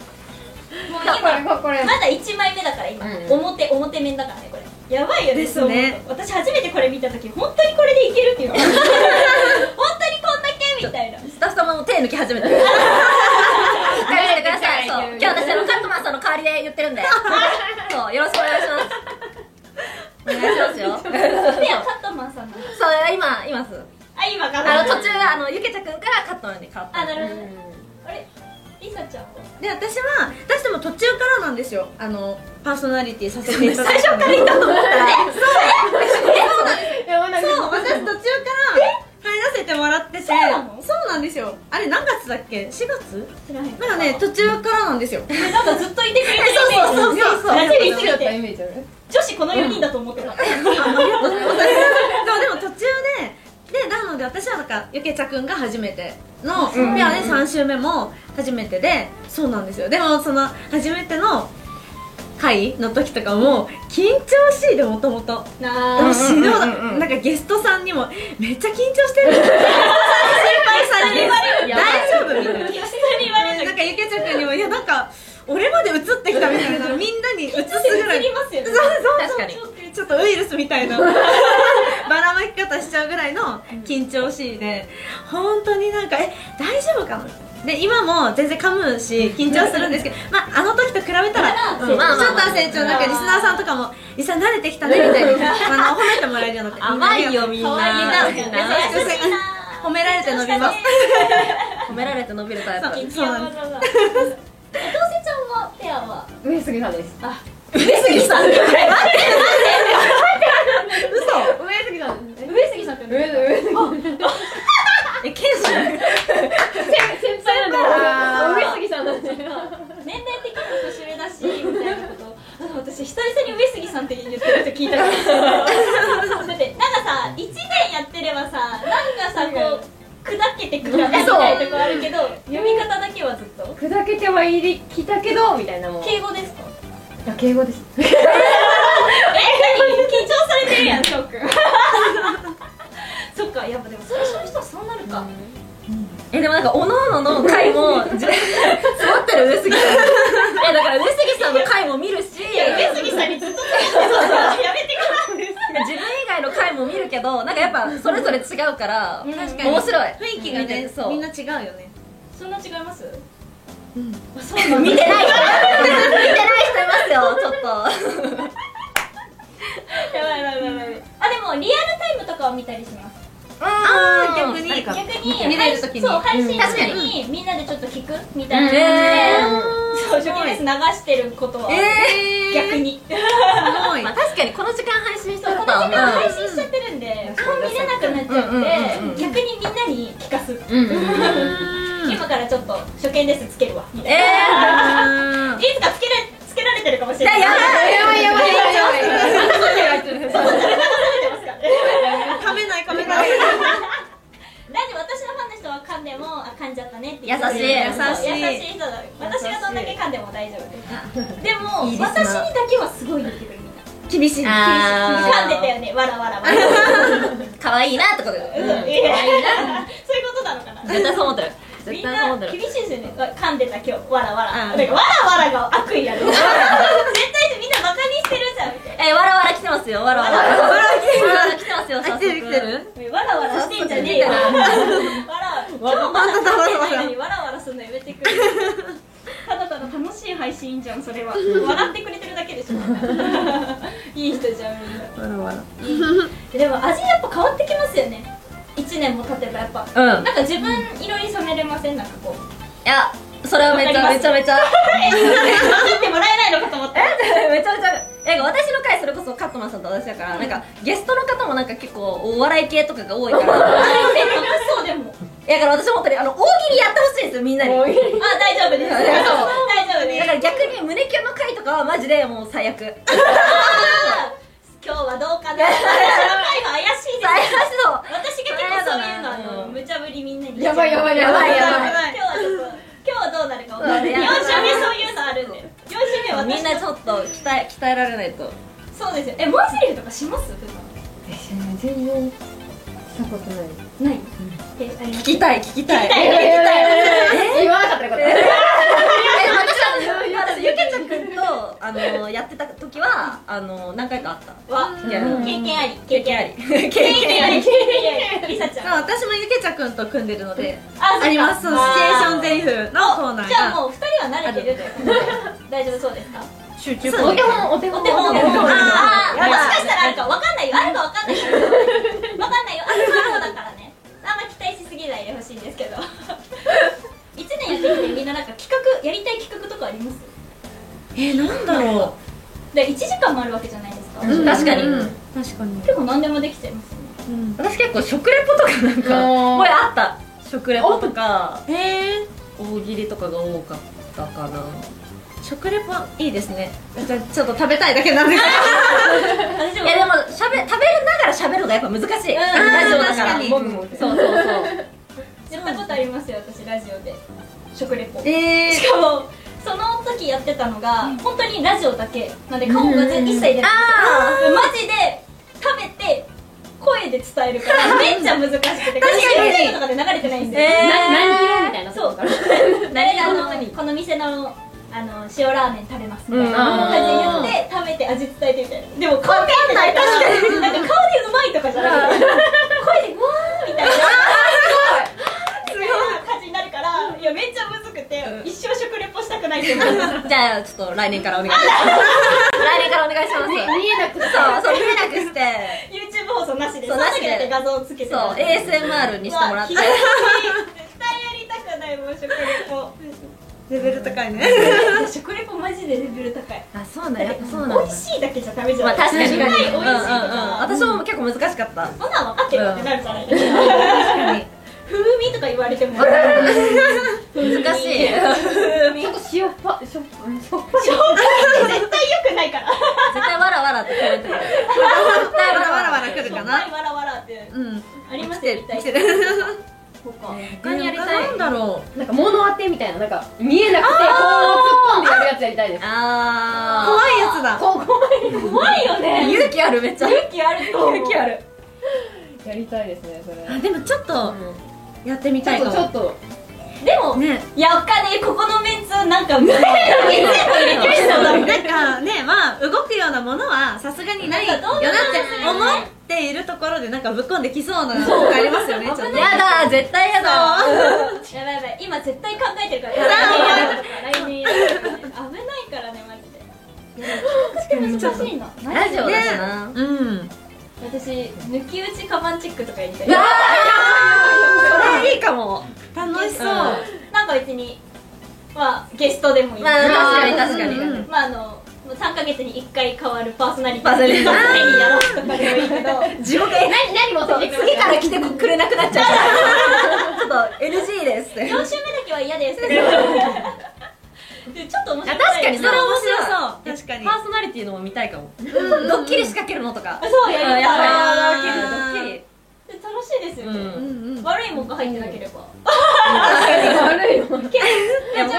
[SPEAKER 1] 今
[SPEAKER 4] れこれこれ
[SPEAKER 1] まだ1枚目だから今、
[SPEAKER 4] うん
[SPEAKER 1] 表表面だからねこれやばいよね
[SPEAKER 3] ですね
[SPEAKER 1] そう思うと私初めてこれ見た時本当にこれでいけるっていう本当にこんだけみたいな
[SPEAKER 2] スタッフ様も手抜き始め てる返してくださいそう今日私あのカットマンさんの代わりで言ってるん でそうよろしくお願いしますお願いし ますよ
[SPEAKER 1] でカットマンさんの
[SPEAKER 2] そう今今っす
[SPEAKER 1] あ今か
[SPEAKER 2] あ
[SPEAKER 1] な
[SPEAKER 2] の途中あのゆけちゃくんからカットマンに変わった
[SPEAKER 1] あ
[SPEAKER 2] んで
[SPEAKER 1] なるほど、
[SPEAKER 4] うん
[SPEAKER 1] あれりさちゃんは
[SPEAKER 3] で私は私でも途中からなんですよあのパーソナリティさせていただいた最初からいたの
[SPEAKER 4] いやもうなんか
[SPEAKER 3] そう私途中から入らせてもらっててそう
[SPEAKER 1] なの
[SPEAKER 3] なんですよあれ何月だっけ4月
[SPEAKER 1] 知らへん
[SPEAKER 3] なんかね 途中からなんですよ
[SPEAKER 1] なんかずっといてくれてるイメージ
[SPEAKER 3] そうそうそうそう
[SPEAKER 1] なじみす
[SPEAKER 4] 好きだ
[SPEAKER 1] ぎ
[SPEAKER 4] った
[SPEAKER 1] て
[SPEAKER 4] イメージある
[SPEAKER 1] 女子この4人だと思ってた、
[SPEAKER 3] そうでも途中ででなので私はなんかゆけちゃくんが初めての、ペアで3週目も初めてでそうなんですよでもその初めての回の時とかも緊張しいでもともと
[SPEAKER 1] な
[SPEAKER 3] もう
[SPEAKER 1] あ
[SPEAKER 3] 死ぬほどなんかゲストさんにもめっちゃ緊張してる心配さ れて大丈夫みたいな
[SPEAKER 1] 普通に言われる
[SPEAKER 3] なんかゆけちゃくんにもいやなんか俺まで映ってきたみたいなみんなに映すぐら
[SPEAKER 1] 映
[SPEAKER 3] い
[SPEAKER 1] りますよ
[SPEAKER 3] そ
[SPEAKER 1] ね
[SPEAKER 3] うそうそう
[SPEAKER 2] 確かに
[SPEAKER 3] ちょっとウイルスみたいなばらまき方しちゃうの緊張しいで本当になんかえ大丈夫かなで今も全然噛むし緊張するんですけど、まあ、あの時と比べたら、うん
[SPEAKER 2] まあまあまあ
[SPEAKER 3] ちょっとは成長なんかリスナーさんとかも「リスナー慣れてきたね」みたい にあの褒めてもらえるようになって
[SPEAKER 2] 甘いよみんな
[SPEAKER 3] ありがとうみんな優しくせ褒められて伸びます
[SPEAKER 2] 褒められて伸びるタイプ
[SPEAKER 3] そ
[SPEAKER 1] そ
[SPEAKER 3] うそうう
[SPEAKER 1] な
[SPEAKER 3] なんん
[SPEAKER 1] で
[SPEAKER 3] です
[SPEAKER 1] すえどうせちゃんはペアは
[SPEAKER 4] 上杉さんです
[SPEAKER 2] 上杉さん上
[SPEAKER 4] 上杉さんです
[SPEAKER 1] 上杉さんって
[SPEAKER 4] 上上杉さん
[SPEAKER 3] えケンシ
[SPEAKER 4] 先輩なんだ上杉さんなんだよ
[SPEAKER 1] 年齢的にも年上だしみたいなことあ私久々に上杉さんって言ってる人聞いたんですけどだってなんかさ1年やってればさなんかさこう砕けてくるみたいなとこあるけど読み方だけはずっと
[SPEAKER 4] 砕けてはいりきたけどみたいなもん
[SPEAKER 1] 敬語ですか
[SPEAKER 4] あ敬語 です
[SPEAKER 1] え何緊張されてるやん翔くんそっかやっぱでも最初の人はそうなるか、
[SPEAKER 2] えでもなんかおのおのの回もじ 詰まってる上 杉さんえだから上杉さんの回も見るし
[SPEAKER 1] いや上杉さんにずっとやめてください
[SPEAKER 2] 自分以外の回も見るけどなんかやっぱそれぞれ違うから
[SPEAKER 3] 確かに
[SPEAKER 2] 面白い
[SPEAKER 3] 雰囲気が
[SPEAKER 2] 見て
[SPEAKER 3] ね
[SPEAKER 2] そう
[SPEAKER 3] みんな違うよね
[SPEAKER 1] そんな違います
[SPEAKER 2] 見てない人見てない人いますよちょっと
[SPEAKER 1] やばいやばいやばいやばいあでもリアルタイムとかは見たりします
[SPEAKER 2] あ
[SPEAKER 3] ー逆に
[SPEAKER 2] 何か
[SPEAKER 1] 逆に
[SPEAKER 3] 見れる時に
[SPEAKER 1] そう配信
[SPEAKER 2] うん確か
[SPEAKER 1] 時にみんなでちょっと聞くみたいな
[SPEAKER 2] え
[SPEAKER 1] 感
[SPEAKER 2] ー
[SPEAKER 1] じでそう初期です流してることは
[SPEAKER 2] えー
[SPEAKER 1] 逆に
[SPEAKER 3] すごい
[SPEAKER 2] まあ確かにこの時間配信して
[SPEAKER 1] そう
[SPEAKER 2] る
[SPEAKER 1] この
[SPEAKER 2] 方は
[SPEAKER 1] 時間
[SPEAKER 2] まあ
[SPEAKER 1] 配信しちゃってるんであんま見れなくなっちゃ
[SPEAKER 2] う
[SPEAKER 1] うん
[SPEAKER 2] うんうん
[SPEAKER 1] ん
[SPEAKER 2] うん
[SPEAKER 1] で逆にみんなに聞かす
[SPEAKER 2] うんうん
[SPEAKER 1] 今からちょっと初見ですつけるわみたいな
[SPEAKER 2] えー
[SPEAKER 1] いつかつけらつけられてるかもしれない
[SPEAKER 2] やばい
[SPEAKER 4] やばいやばいやばいやばいやばい
[SPEAKER 3] 噛めない噛めない
[SPEAKER 1] なんで私のファンの人は噛んでもあ噛んじゃったねって言
[SPEAKER 2] 優
[SPEAKER 1] っ
[SPEAKER 2] してい
[SPEAKER 1] そう
[SPEAKER 3] 優しい
[SPEAKER 1] 優しい人だ私がどんだけ噛んでも大丈夫ですでも
[SPEAKER 2] いいリスナー
[SPEAKER 1] 私にだけはすごい似てくるみんな
[SPEAKER 3] 厳しい
[SPEAKER 2] あ
[SPEAKER 1] 噛んでたよねわらわ らわら
[SPEAKER 2] ー可愛いなってこ
[SPEAKER 1] う
[SPEAKER 2] と
[SPEAKER 1] ん
[SPEAKER 2] 絶
[SPEAKER 1] いやそういうことなのかな
[SPEAKER 2] 対そう思ってる
[SPEAKER 1] み
[SPEAKER 2] 絶
[SPEAKER 1] ん
[SPEAKER 2] 対そう思
[SPEAKER 1] な
[SPEAKER 2] ってる
[SPEAKER 1] 厳しいですよね噛んでた今日わらわらな
[SPEAKER 3] うん
[SPEAKER 1] んかわらわらが悪意ある絶対みんなバカにしてるじゃんみたい
[SPEAKER 2] えわらわら来てますよわらわらわらわら来てますよ
[SPEAKER 3] あ
[SPEAKER 2] 早
[SPEAKER 3] 来てる来
[SPEAKER 2] 速
[SPEAKER 3] てる
[SPEAKER 1] なわらわらしてんじゃねえよわら今日まだ噛んでないのにわらわらすんのやめてくれただただ楽しい配信じゃんそれは笑ってくれてるだけでしょいい人じゃんみんな
[SPEAKER 3] わらわら
[SPEAKER 1] でも味やっぱ変わってきますよね1年も経てばやっぱ
[SPEAKER 2] うん
[SPEAKER 1] なんか自分色に染めれませんなんかこう
[SPEAKER 2] いやそれはめちゃめちゃめちゃ
[SPEAKER 1] え分かってもらえないのか と思った
[SPEAKER 2] めちゃめちゃなんか私の回それこそカットマンさんと私だからなんかゲストの方もなんか結構お笑い系とかが多いから
[SPEAKER 1] あれ楽しそうでも
[SPEAKER 2] だから私本当にあの大喜利やってほしいんですよみんなに
[SPEAKER 4] 大喜
[SPEAKER 1] あ大丈夫です大丈夫で
[SPEAKER 2] だ
[SPEAKER 1] す
[SPEAKER 2] から逆に胸キュンの回とかはマジでもう 最悪最悪
[SPEAKER 1] 今日はどうかな私の回が怪しいです
[SPEAKER 2] の
[SPEAKER 1] 私が結構そういうのあの無茶ぶりみんなに
[SPEAKER 4] やばいやばい
[SPEAKER 2] や
[SPEAKER 4] や
[SPEAKER 2] ば
[SPEAKER 4] ばい
[SPEAKER 2] いや
[SPEAKER 4] や
[SPEAKER 2] ば
[SPEAKER 4] ば
[SPEAKER 2] い
[SPEAKER 4] い
[SPEAKER 1] 今日はちょっと今日はどうなるか分かんない
[SPEAKER 2] そうね
[SPEAKER 1] 4週目そういうのあるんで4週目は
[SPEAKER 2] みんなちょっと鍛え鍛えられないと
[SPEAKER 1] そうですよえモイセリフとかします普段
[SPEAKER 4] 全然したことな
[SPEAKER 1] な
[SPEAKER 4] い
[SPEAKER 1] いえあります
[SPEAKER 2] 聞きたい聞きたい
[SPEAKER 4] ええ言わなかったよかった
[SPEAKER 2] 私は私ゆけちゃんくんとあのやってた時はあの何回かあった
[SPEAKER 1] わ
[SPEAKER 2] いや
[SPEAKER 1] 経験あり
[SPEAKER 2] 経
[SPEAKER 1] 経験
[SPEAKER 2] 験
[SPEAKER 1] あ
[SPEAKER 2] あ
[SPEAKER 1] り
[SPEAKER 2] り経
[SPEAKER 1] 経験あり経験ありりさちゃん
[SPEAKER 3] 私もゆけちゃくんと組んでるので
[SPEAKER 1] あ
[SPEAKER 3] ありますシチュエーションゼリフのコーナーが
[SPEAKER 1] じゃあもう二人は慣れてるということで大丈夫そうですか
[SPEAKER 2] 集中
[SPEAKER 4] お手本お手本
[SPEAKER 1] お手本
[SPEAKER 4] お
[SPEAKER 1] お
[SPEAKER 4] 手
[SPEAKER 1] 手本
[SPEAKER 4] 本
[SPEAKER 1] あー
[SPEAKER 2] やばい
[SPEAKER 1] もしかしたらあるかわかんないよあるかわかんないよわかんないよあるかだからねあんま期待しすぎないでほしいんですけど一年やってきてみんななんか企画やりたい企画とかあります
[SPEAKER 3] えなんだろ
[SPEAKER 1] で1時間もあるわけじゃないですか、
[SPEAKER 2] うん確かに
[SPEAKER 3] うん確かに
[SPEAKER 1] 結構何でもできちゃいますよね
[SPEAKER 3] うん
[SPEAKER 2] 私結構食レポとかなんか
[SPEAKER 4] もう
[SPEAKER 2] これあった食レポとか
[SPEAKER 3] へえ
[SPEAKER 2] 大喜利とかが多かったかな
[SPEAKER 3] 食レポいいですねじゃあちょっと食べたいだけなん です
[SPEAKER 1] 私で
[SPEAKER 2] い
[SPEAKER 1] も
[SPEAKER 2] やでもしゃべ食べながら喋るのがやっぱ難しい、
[SPEAKER 1] うん
[SPEAKER 2] ラジオだ
[SPEAKER 3] 確かに
[SPEAKER 2] そうそう そう
[SPEAKER 1] やったことありますよ私ラジオで食レポ
[SPEAKER 3] けどえ
[SPEAKER 1] しかもその時やってたのが、本当にラジオだけなんで顔が全一切出ないんですよマジで食べて声で伝えるからめっちゃ難しくて確
[SPEAKER 2] かに
[SPEAKER 1] YouTube とかで流れてないんですよ、
[SPEAKER 2] え
[SPEAKER 4] な何色みたいな
[SPEAKER 1] そう
[SPEAKER 4] から
[SPEAKER 1] であのこの店のあの塩ラーメン食べますみたいな
[SPEAKER 4] うん
[SPEAKER 1] 感じで言って食べて味伝えてみたいなでも顔でかんない確かになんか顔でうまいとかじゃなくて声でうわー
[SPEAKER 2] ゃあちょっと来年からお願いします来年からお願いします
[SPEAKER 4] 見えなくて
[SPEAKER 2] そうそう見えなくして
[SPEAKER 1] YouTube 放送なしでそ
[SPEAKER 2] そ
[SPEAKER 1] うう
[SPEAKER 2] な
[SPEAKER 1] な
[SPEAKER 2] し
[SPEAKER 1] し
[SPEAKER 2] で
[SPEAKER 1] で画像をつけて
[SPEAKER 2] そう ASMR にしてもらって
[SPEAKER 1] うわ絶対やりたくないもう食レポ
[SPEAKER 3] レベル高いね
[SPEAKER 1] 食レポマジでレベル高い
[SPEAKER 2] あそうなんやっぱそうなん
[SPEAKER 1] 美
[SPEAKER 2] だ
[SPEAKER 1] 味しいだけじゃダメじゃ
[SPEAKER 2] ま
[SPEAKER 1] な
[SPEAKER 2] あ
[SPEAKER 1] い
[SPEAKER 2] 確かに
[SPEAKER 1] うまい美味しいと
[SPEAKER 2] うんうんうん
[SPEAKER 1] か
[SPEAKER 2] 私も結構難しかった
[SPEAKER 1] そんなん分かってるってなるじゃないですか風味とか言われても
[SPEAKER 2] 難しい
[SPEAKER 1] 絶
[SPEAKER 4] ちょっと塩っぱしょっしょっぱい
[SPEAKER 1] 対良くないから
[SPEAKER 2] 絶対わらわらって言われてる絶
[SPEAKER 3] わ
[SPEAKER 2] 対
[SPEAKER 3] らわらわら来るかな
[SPEAKER 1] しょっぱいわらわらって
[SPEAKER 3] うん
[SPEAKER 1] あります
[SPEAKER 2] て
[SPEAKER 1] よ
[SPEAKER 2] る
[SPEAKER 1] みたい
[SPEAKER 2] 来て
[SPEAKER 1] な
[SPEAKER 2] る
[SPEAKER 1] そうか
[SPEAKER 2] 他にやりたい
[SPEAKER 3] なんだろ
[SPEAKER 4] なんか物当てみたいななんか見えなくてこう突っ込んでやるやつやりたいです
[SPEAKER 3] う
[SPEAKER 2] あ
[SPEAKER 3] 怖いやつだ
[SPEAKER 4] こうこ
[SPEAKER 1] 怖いよ
[SPEAKER 2] ー
[SPEAKER 1] ね
[SPEAKER 2] 勇気あるめっちゃ
[SPEAKER 1] 勇気あると思う
[SPEAKER 2] 勇気ある
[SPEAKER 4] うやりたいですねそれ
[SPEAKER 3] あでもちょっとやってみたい
[SPEAKER 4] ちょ
[SPEAKER 3] か
[SPEAKER 4] っとちょ
[SPEAKER 3] も
[SPEAKER 4] っと
[SPEAKER 1] でも
[SPEAKER 3] ね
[SPEAKER 1] いやわかんないここのメンツなんか無理
[SPEAKER 3] なんかねまあ動くようなものはさすがにないよなって思っているところでなんかぶっこんできそうなのがありますよねちょっとね
[SPEAKER 2] やだ絶対やだ
[SPEAKER 1] やばいやばい今絶対考えてるから来年やるとか来年やるとかね危ないからねマジで確かに難しいな
[SPEAKER 2] ラジオだしな
[SPEAKER 3] うん
[SPEAKER 1] 私抜き打ちカバンチェックとかやりたい
[SPEAKER 2] それいいかも
[SPEAKER 3] 楽しそう
[SPEAKER 1] なんか別にまあゲストでもいい
[SPEAKER 2] まあ確かに確か
[SPEAKER 3] う
[SPEAKER 2] に
[SPEAKER 3] ん
[SPEAKER 1] まああの3ヶ月に1回変わるパーソナリティ
[SPEAKER 2] パーソナリティ
[SPEAKER 1] のためにやろうとかでもいいけ ど
[SPEAKER 2] 地獄え何何もそう次から来てくれなくなっちゃうからちょっと NG ですって
[SPEAKER 1] 4週目だけは嫌ですでちょっと面白い
[SPEAKER 2] あ確かにそれ面白
[SPEAKER 3] 面白そう確かに
[SPEAKER 2] パーソナリティのも見たいかもドッキリ仕掛けるのとか
[SPEAKER 1] そうやりたい
[SPEAKER 2] んやばい
[SPEAKER 3] あー
[SPEAKER 2] ドッキリ
[SPEAKER 1] で楽しいですよね、
[SPEAKER 2] うん
[SPEAKER 3] うんうん
[SPEAKER 1] 悪いもんが入ってなければ、
[SPEAKER 4] 悪いよいや
[SPEAKER 1] 大
[SPEAKER 4] も
[SPEAKER 1] 丈夫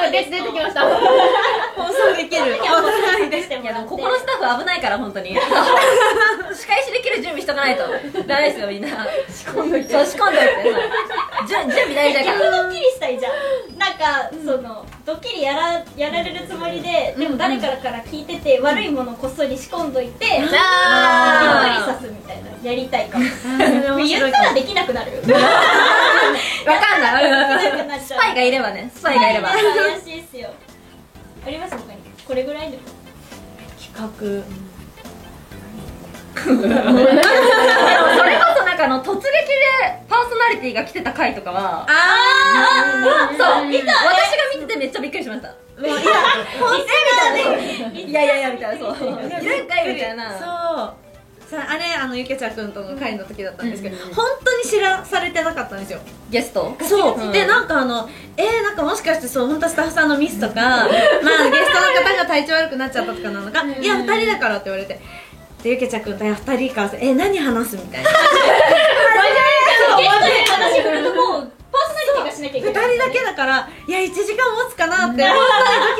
[SPEAKER 4] う
[SPEAKER 1] で
[SPEAKER 4] 出
[SPEAKER 1] す
[SPEAKER 4] てきましたあ
[SPEAKER 3] 放送できる
[SPEAKER 1] しても
[SPEAKER 2] いやで
[SPEAKER 1] らって
[SPEAKER 2] もここのスタッフ危ないから本当に仕返しできる準備しとかないとダメですよみんな仕込んどいてそう仕込んどいてはいじゅ準備大事だか
[SPEAKER 1] 逆
[SPEAKER 2] ら
[SPEAKER 1] ドッキリしたいじゃんなんか、そのドッキリやらやられるつもりででも誰からから聞いてて、悪いものをこっそり仕込んどいて無理
[SPEAKER 2] あ
[SPEAKER 1] さすみたいなやりたいかも
[SPEAKER 3] 面
[SPEAKER 1] 言
[SPEAKER 3] 白
[SPEAKER 1] っ
[SPEAKER 3] い
[SPEAKER 1] た
[SPEAKER 3] から
[SPEAKER 1] できなくなるできな
[SPEAKER 2] ーわかんない
[SPEAKER 1] くなっち
[SPEAKER 2] ス
[SPEAKER 1] ゃう
[SPEAKER 2] パイがいればねスパイがいれば
[SPEAKER 1] スパイが怪しいっすよあります他にこれぐらいでも
[SPEAKER 3] 企
[SPEAKER 2] それこそなんかあの突撃でパーソナリティが来てた回とかは
[SPEAKER 3] 画あ
[SPEAKER 2] そう見た私が見ててめっちゃびっくりしました
[SPEAKER 3] あもういや
[SPEAKER 2] いやいやいやみたいなそういるんかいみたいな
[SPEAKER 3] そうさあれあのゆけちゃくんとの会の時だったんですけど、本当に知らされてなかったんですよ
[SPEAKER 2] ゲスト
[SPEAKER 3] そう、
[SPEAKER 2] うん
[SPEAKER 3] でなんかあのえー、なんかもしかしてそう本当はスタッフさんのミスと かまあゲストの方が体調悪くなっちゃったとかなのか、いや2人だからって言われてでゆけちゃくんといや2人からえー、何話すみたいな
[SPEAKER 1] ゲストで話振るともうパーソナリティがしなきゃいけ
[SPEAKER 3] 2人
[SPEAKER 1] ない
[SPEAKER 3] だけだからいや1時間持つかなって本当に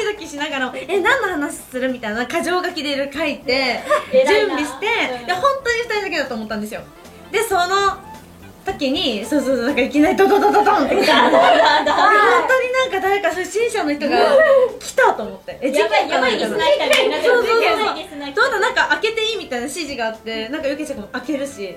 [SPEAKER 3] ドキドキしながらえー、何の話するみたいな箇条書きでいろいろ書いて
[SPEAKER 1] 偉いな
[SPEAKER 3] 準備して、
[SPEAKER 1] うん
[SPEAKER 3] で本当に2人だけだと思ったんですよでその時にそうそうそうなんかいきなりドドドドドンって来たの
[SPEAKER 1] なんだ
[SPEAKER 3] あ本当になんか誰か初心者の人が来たと思ってえ
[SPEAKER 1] やばいやばいリスナー来たみたいな
[SPEAKER 3] そうそうそう
[SPEAKER 1] やばいリスナー来た
[SPEAKER 3] どうだなんか開けていいみたいな指示があってなんかゆけちゃんも開けるしえいい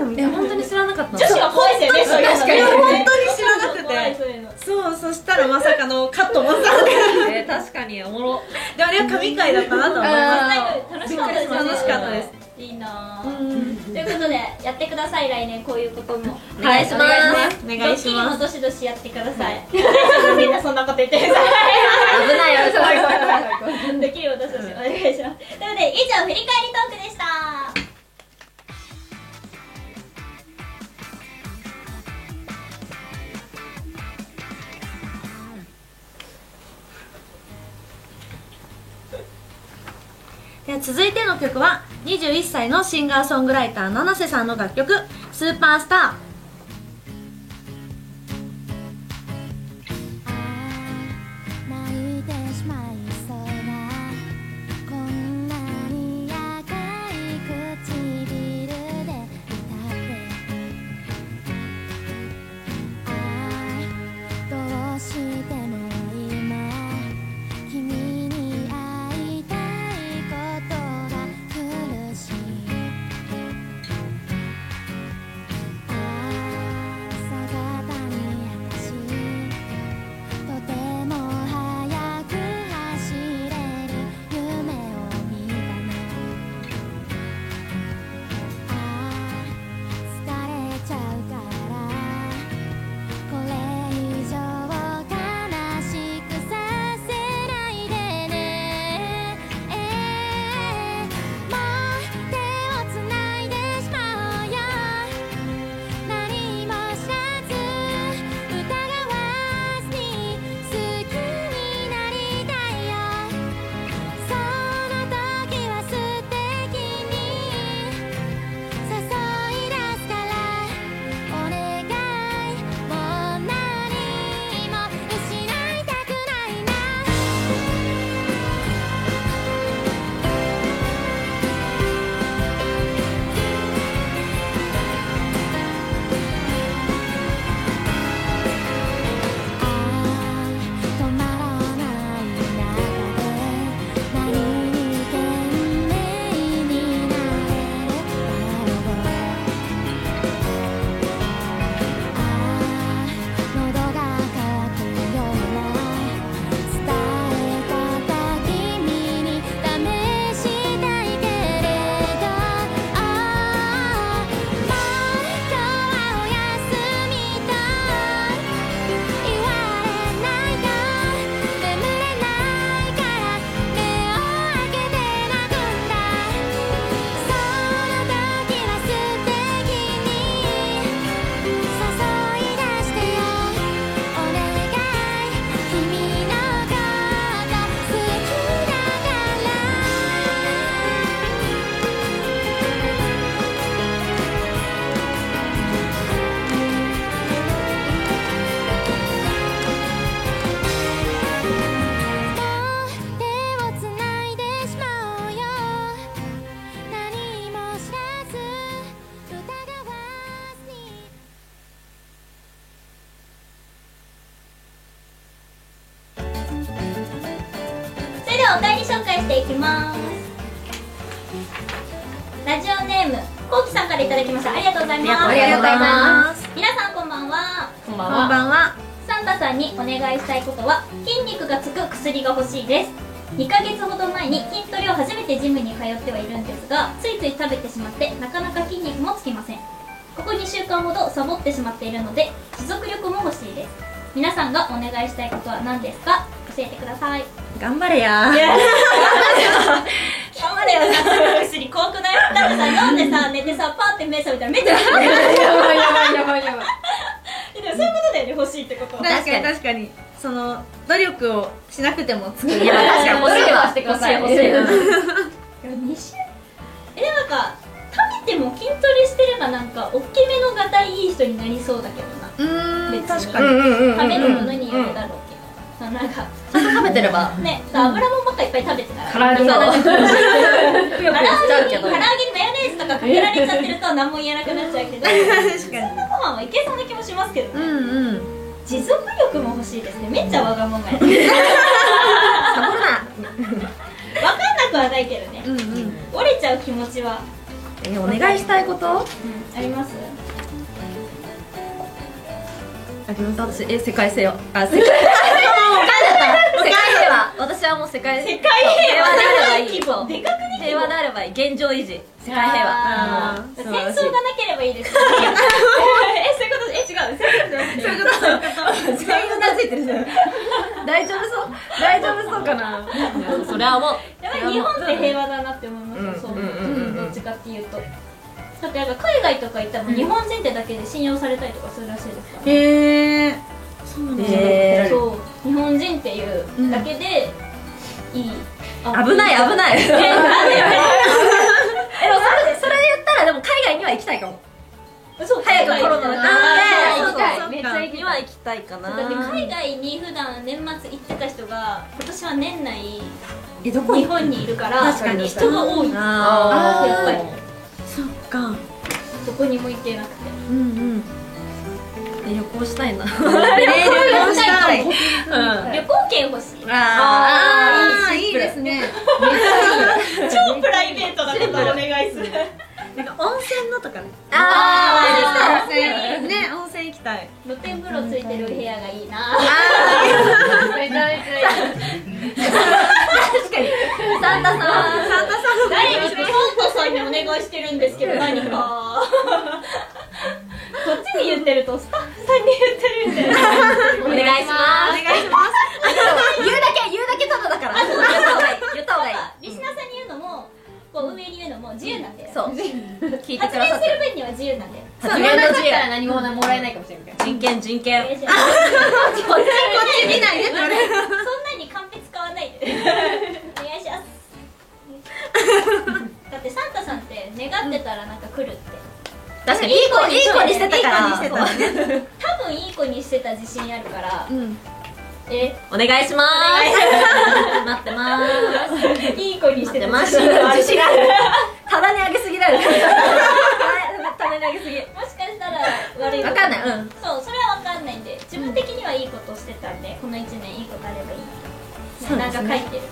[SPEAKER 3] のみ
[SPEAKER 2] い
[SPEAKER 3] たい
[SPEAKER 2] や
[SPEAKER 3] な
[SPEAKER 2] 本当に知らなかったの
[SPEAKER 1] 女子は怖いですよね
[SPEAKER 2] 確かに
[SPEAKER 1] そういうのね
[SPEAKER 3] 本当に知らなくて
[SPEAKER 1] 怖いそういうの
[SPEAKER 3] そうそしたらまさかのカットもさ
[SPEAKER 2] えー確かにおもろ
[SPEAKER 3] であれは神回だったなと思いま
[SPEAKER 1] 楽しかったです
[SPEAKER 3] 楽しかったです
[SPEAKER 1] いいな
[SPEAKER 3] す
[SPEAKER 1] ぁということでやってください来年こういうことも
[SPEAKER 2] お願いしま
[SPEAKER 3] お願いし
[SPEAKER 2] す
[SPEAKER 3] ますお願いします
[SPEAKER 1] ドッキリもどしどしやってくださいみんなそんなこと言ってください
[SPEAKER 2] 危ないよそうそうそう
[SPEAKER 1] ドッキリもどしどしお願いしますということで以上振り返りトークでした
[SPEAKER 3] では続いての曲は21歳のシンガーソングライター七瀬さんの楽曲「スーパースタ
[SPEAKER 6] 泣いてしまいそうなこんなに赤い唇で歌ってああどうしても今君に会いたいことが苦しいああ
[SPEAKER 1] ゃあお題に紹介していきますラジオネームこうきさんからいただきましたありがとうございます
[SPEAKER 2] ありがとうございます。
[SPEAKER 1] 皆さんこんばんは
[SPEAKER 2] こんば
[SPEAKER 3] こんばんは
[SPEAKER 1] サンタさんにお願いしたいことは筋肉がつく薬が欲しいです2ヶ月ほど前に筋トレを初めてジムに通ってはいるんですがついつい食べてしまってなかなか筋肉もつきませんここ2週間ほどサボってしまっているので持続力も欲しいです皆さんがお願いしたいことは何ですか教えてください
[SPEAKER 3] 頑張れ
[SPEAKER 1] 頑
[SPEAKER 3] や
[SPEAKER 1] 張れよガツ薬怖くないだってさ飲んでさ寝てさパーって目覚めたらめっちゃ
[SPEAKER 4] やばいやばいやばいやばい
[SPEAKER 1] でもそう いうことだよね欲しいってことは
[SPEAKER 3] 確かに確かにその努力をしなくても作る
[SPEAKER 2] いや確かに欲しいわ
[SPEAKER 4] してください
[SPEAKER 2] 欲しい欲しい
[SPEAKER 1] 2週えでもなんか食べても筋トレしてればなんか大きめのがたいいい人になりそうだけどな
[SPEAKER 3] うーん
[SPEAKER 1] 別に
[SPEAKER 3] 確かに
[SPEAKER 2] うんうんうん
[SPEAKER 1] 食べるものによるだろうけど、そのなんか
[SPEAKER 2] ちゃんと食べてれば。
[SPEAKER 1] ねさ油もんばっかいっぱい食べてたから
[SPEAKER 4] 唐揚げを
[SPEAKER 1] 唐揚げに
[SPEAKER 2] ゃうけ
[SPEAKER 1] 唐
[SPEAKER 2] ど
[SPEAKER 1] 揚げにマヨネーズとかかけられちゃってると何も言えなくなっちゃうけど
[SPEAKER 3] 確かに
[SPEAKER 1] ご飯はいけそうな気もしますけど
[SPEAKER 3] う
[SPEAKER 1] ね、
[SPEAKER 3] んうん
[SPEAKER 1] 持続力も欲しいですねめっちゃわがま まやわ
[SPEAKER 2] サボるな。
[SPEAKER 1] かんなくはないけどね
[SPEAKER 3] うんうん
[SPEAKER 1] 折れちゃう気持ちは、
[SPEAKER 2] えお願いしたいこと？
[SPEAKER 1] あります
[SPEAKER 2] あります。私え世界性を。あ世界。世界だった。世界平和。私はもう世界。
[SPEAKER 1] 世界平和
[SPEAKER 2] そ
[SPEAKER 1] でかい規模
[SPEAKER 2] う平和であればいい
[SPEAKER 1] でかくね
[SPEAKER 2] 平和であればいい。現状維持。世界平
[SPEAKER 1] あ
[SPEAKER 2] 和。
[SPEAKER 1] ー
[SPEAKER 2] うん
[SPEAKER 1] 戦
[SPEAKER 2] 素
[SPEAKER 1] 争
[SPEAKER 2] 晴
[SPEAKER 1] が
[SPEAKER 2] ら
[SPEAKER 1] な
[SPEAKER 2] しい
[SPEAKER 1] ければいいですね えそういうことえ違うそういうことそういうこと
[SPEAKER 2] 全員うなずいてるじゃん大丈夫そう大丈夫そうかなそれはもう
[SPEAKER 1] やっぱり日本って平和だなって思います
[SPEAKER 2] う
[SPEAKER 1] そ
[SPEAKER 2] ん
[SPEAKER 1] う
[SPEAKER 2] うんうんうん
[SPEAKER 1] どっちかっていうとだってなんか海外とか行ったらもう日本人ってだけで信用されたりとかするらしいですから
[SPEAKER 3] へえそうなんだ
[SPEAKER 2] えー
[SPEAKER 1] そう日本人っていうだけでいい
[SPEAKER 2] 危ない危ないえでもそれそれで言ったらでも海外には行きたいかも
[SPEAKER 1] そう
[SPEAKER 2] 早くコロナ
[SPEAKER 1] 海
[SPEAKER 2] が
[SPEAKER 1] 外あ
[SPEAKER 2] な
[SPEAKER 1] ー
[SPEAKER 4] 行き
[SPEAKER 2] くて
[SPEAKER 3] そう
[SPEAKER 4] たいめっちゃ行き
[SPEAKER 2] に
[SPEAKER 4] た
[SPEAKER 2] はい行きたいかな
[SPEAKER 1] だって海外に普段年末行ってた人が今年は年内
[SPEAKER 2] えど
[SPEAKER 1] 日本にいるから
[SPEAKER 3] 確かに
[SPEAKER 1] 人が多い
[SPEAKER 2] あー
[SPEAKER 1] やっぱり
[SPEAKER 3] そっか
[SPEAKER 1] どこにも行けなくて
[SPEAKER 3] うんうん
[SPEAKER 2] え旅行したいな
[SPEAKER 3] えー旅行したい
[SPEAKER 2] うん
[SPEAKER 1] 旅行券欲しい
[SPEAKER 3] ああいいですね
[SPEAKER 1] 超プライベートなことお願いする
[SPEAKER 3] なんか温泉のとかね
[SPEAKER 2] あ
[SPEAKER 3] 温泉ね温泉行きたい
[SPEAKER 1] 露天風呂ついてる部屋がいいな
[SPEAKER 4] めちゃめちゃいい
[SPEAKER 2] ーサンタさん
[SPEAKER 3] サンタさん
[SPEAKER 1] 誰にコントさんにお願いしてるんですけど何か こっちに言ってるとスタッフさんに言ってるんだよね
[SPEAKER 2] お願いしま
[SPEAKER 3] お
[SPEAKER 2] す
[SPEAKER 3] 願いします
[SPEAKER 2] 言うだけ言うだけただだから言った方がいい言った方がいい
[SPEAKER 1] リスナーさんに言うのもこう上に言うのも自由なんだよ
[SPEAKER 2] そう聞いてく
[SPEAKER 1] 発
[SPEAKER 2] だ
[SPEAKER 1] 言
[SPEAKER 2] さっ
[SPEAKER 1] する
[SPEAKER 2] て
[SPEAKER 1] 分には自由なん だよ
[SPEAKER 2] 発
[SPEAKER 4] 言わ
[SPEAKER 2] 言
[SPEAKER 4] な
[SPEAKER 2] の
[SPEAKER 4] かっ
[SPEAKER 2] 自由
[SPEAKER 4] たら何ももらえないかもしれないから
[SPEAKER 2] 人権人権
[SPEAKER 1] よいしょ
[SPEAKER 3] こっち見ないで
[SPEAKER 1] そんなにカンペ使わないでお願い しますだってサンタさんって願ってたらなんか来るって
[SPEAKER 2] 確かにいい子にいい子にしてたから
[SPEAKER 3] いい子にしてたね
[SPEAKER 1] 多分いい子にしてた自信あるから
[SPEAKER 3] うん
[SPEAKER 1] え
[SPEAKER 2] お願いしまーす待ってまー す
[SPEAKER 1] いい子にし
[SPEAKER 2] 待ってて
[SPEAKER 1] た
[SPEAKER 2] まー
[SPEAKER 1] 自
[SPEAKER 2] す
[SPEAKER 1] 信ある
[SPEAKER 2] 自信ある棚にあげすぎだよ棚にあげすぎ
[SPEAKER 1] もしかしたら悪い
[SPEAKER 2] わかんないうん
[SPEAKER 1] そうそれは分かんないんで自分的にはいいことしてたんでこの1年いいことあればいいな、なんか書いて る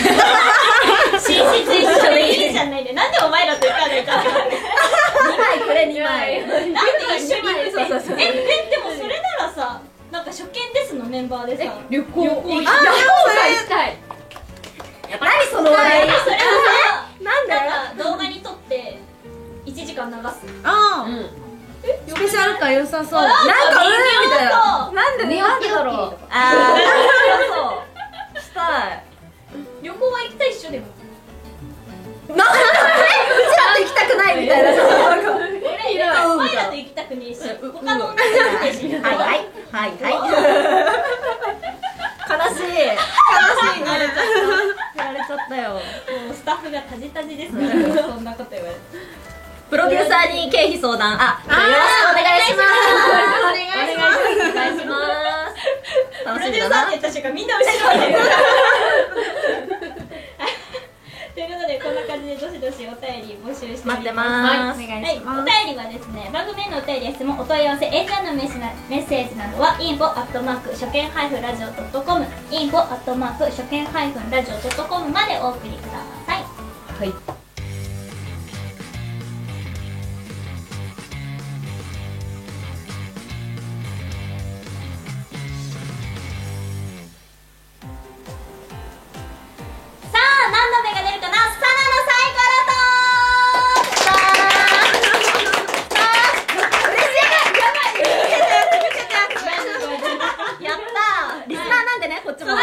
[SPEAKER 1] 寝室一緒でいいじゃないでなんでお前らと行かないかんの
[SPEAKER 2] 2枚これ2枚
[SPEAKER 1] なんで一緒にいる
[SPEAKER 2] そうそうそう
[SPEAKER 1] ええでもそれならさなんか初見ですのメンバーでさ
[SPEAKER 4] 旅行行き
[SPEAKER 3] あ
[SPEAKER 4] たいしたい
[SPEAKER 2] 何そのお題
[SPEAKER 1] それはさ
[SPEAKER 2] なんだよ
[SPEAKER 1] なんか動画に撮って1時間流す
[SPEAKER 3] あ
[SPEAKER 4] う
[SPEAKER 3] ー
[SPEAKER 4] ん
[SPEAKER 3] スペシャル感良さそう
[SPEAKER 2] なんかうんみたい
[SPEAKER 1] そ
[SPEAKER 2] な
[SPEAKER 1] う
[SPEAKER 2] なんで
[SPEAKER 4] 寝
[SPEAKER 2] なん
[SPEAKER 4] 起き
[SPEAKER 2] でだ
[SPEAKER 4] ドッキリとか
[SPEAKER 2] ろうあーそうしたい
[SPEAKER 1] 旅行は行きたいっしょでも
[SPEAKER 2] なんかえうちらと行きたくないみたいな
[SPEAKER 1] 俺らお前らと行きたくねえし他の女と行きたいし
[SPEAKER 2] はいはいはいはい悲しい悲しいねやられちゃったよ
[SPEAKER 1] もうスタッフがタジタジですからそんなこと言われて
[SPEAKER 2] プロデューサーに経費相談あよろしくお願いします
[SPEAKER 3] お願いします
[SPEAKER 2] お願いします
[SPEAKER 1] プ
[SPEAKER 2] 楽
[SPEAKER 1] ロ
[SPEAKER 2] しみ
[SPEAKER 1] デュ
[SPEAKER 2] だ
[SPEAKER 1] ーサーっ
[SPEAKER 2] な
[SPEAKER 1] て言った瞬間みんな後ろでということでこんな感じでどしどしお便り募集しております
[SPEAKER 2] 待ってま
[SPEAKER 4] お
[SPEAKER 2] す。
[SPEAKER 4] 願い
[SPEAKER 1] はい、
[SPEAKER 4] し
[SPEAKER 1] お
[SPEAKER 4] ます。
[SPEAKER 1] 便りはですね番組へのお便りや質問お問い合わせエンジャーのメッセメッセージなどは info アットマーク初見ハイフンラジオドットコム info アットマーク初見ハイフンラジオドットコムまでお送りください
[SPEAKER 2] はい。
[SPEAKER 1] さあ何の目が出るかなサナのサイコロトーやったー
[SPEAKER 2] リスナーなんでね、こっちも。
[SPEAKER 1] あー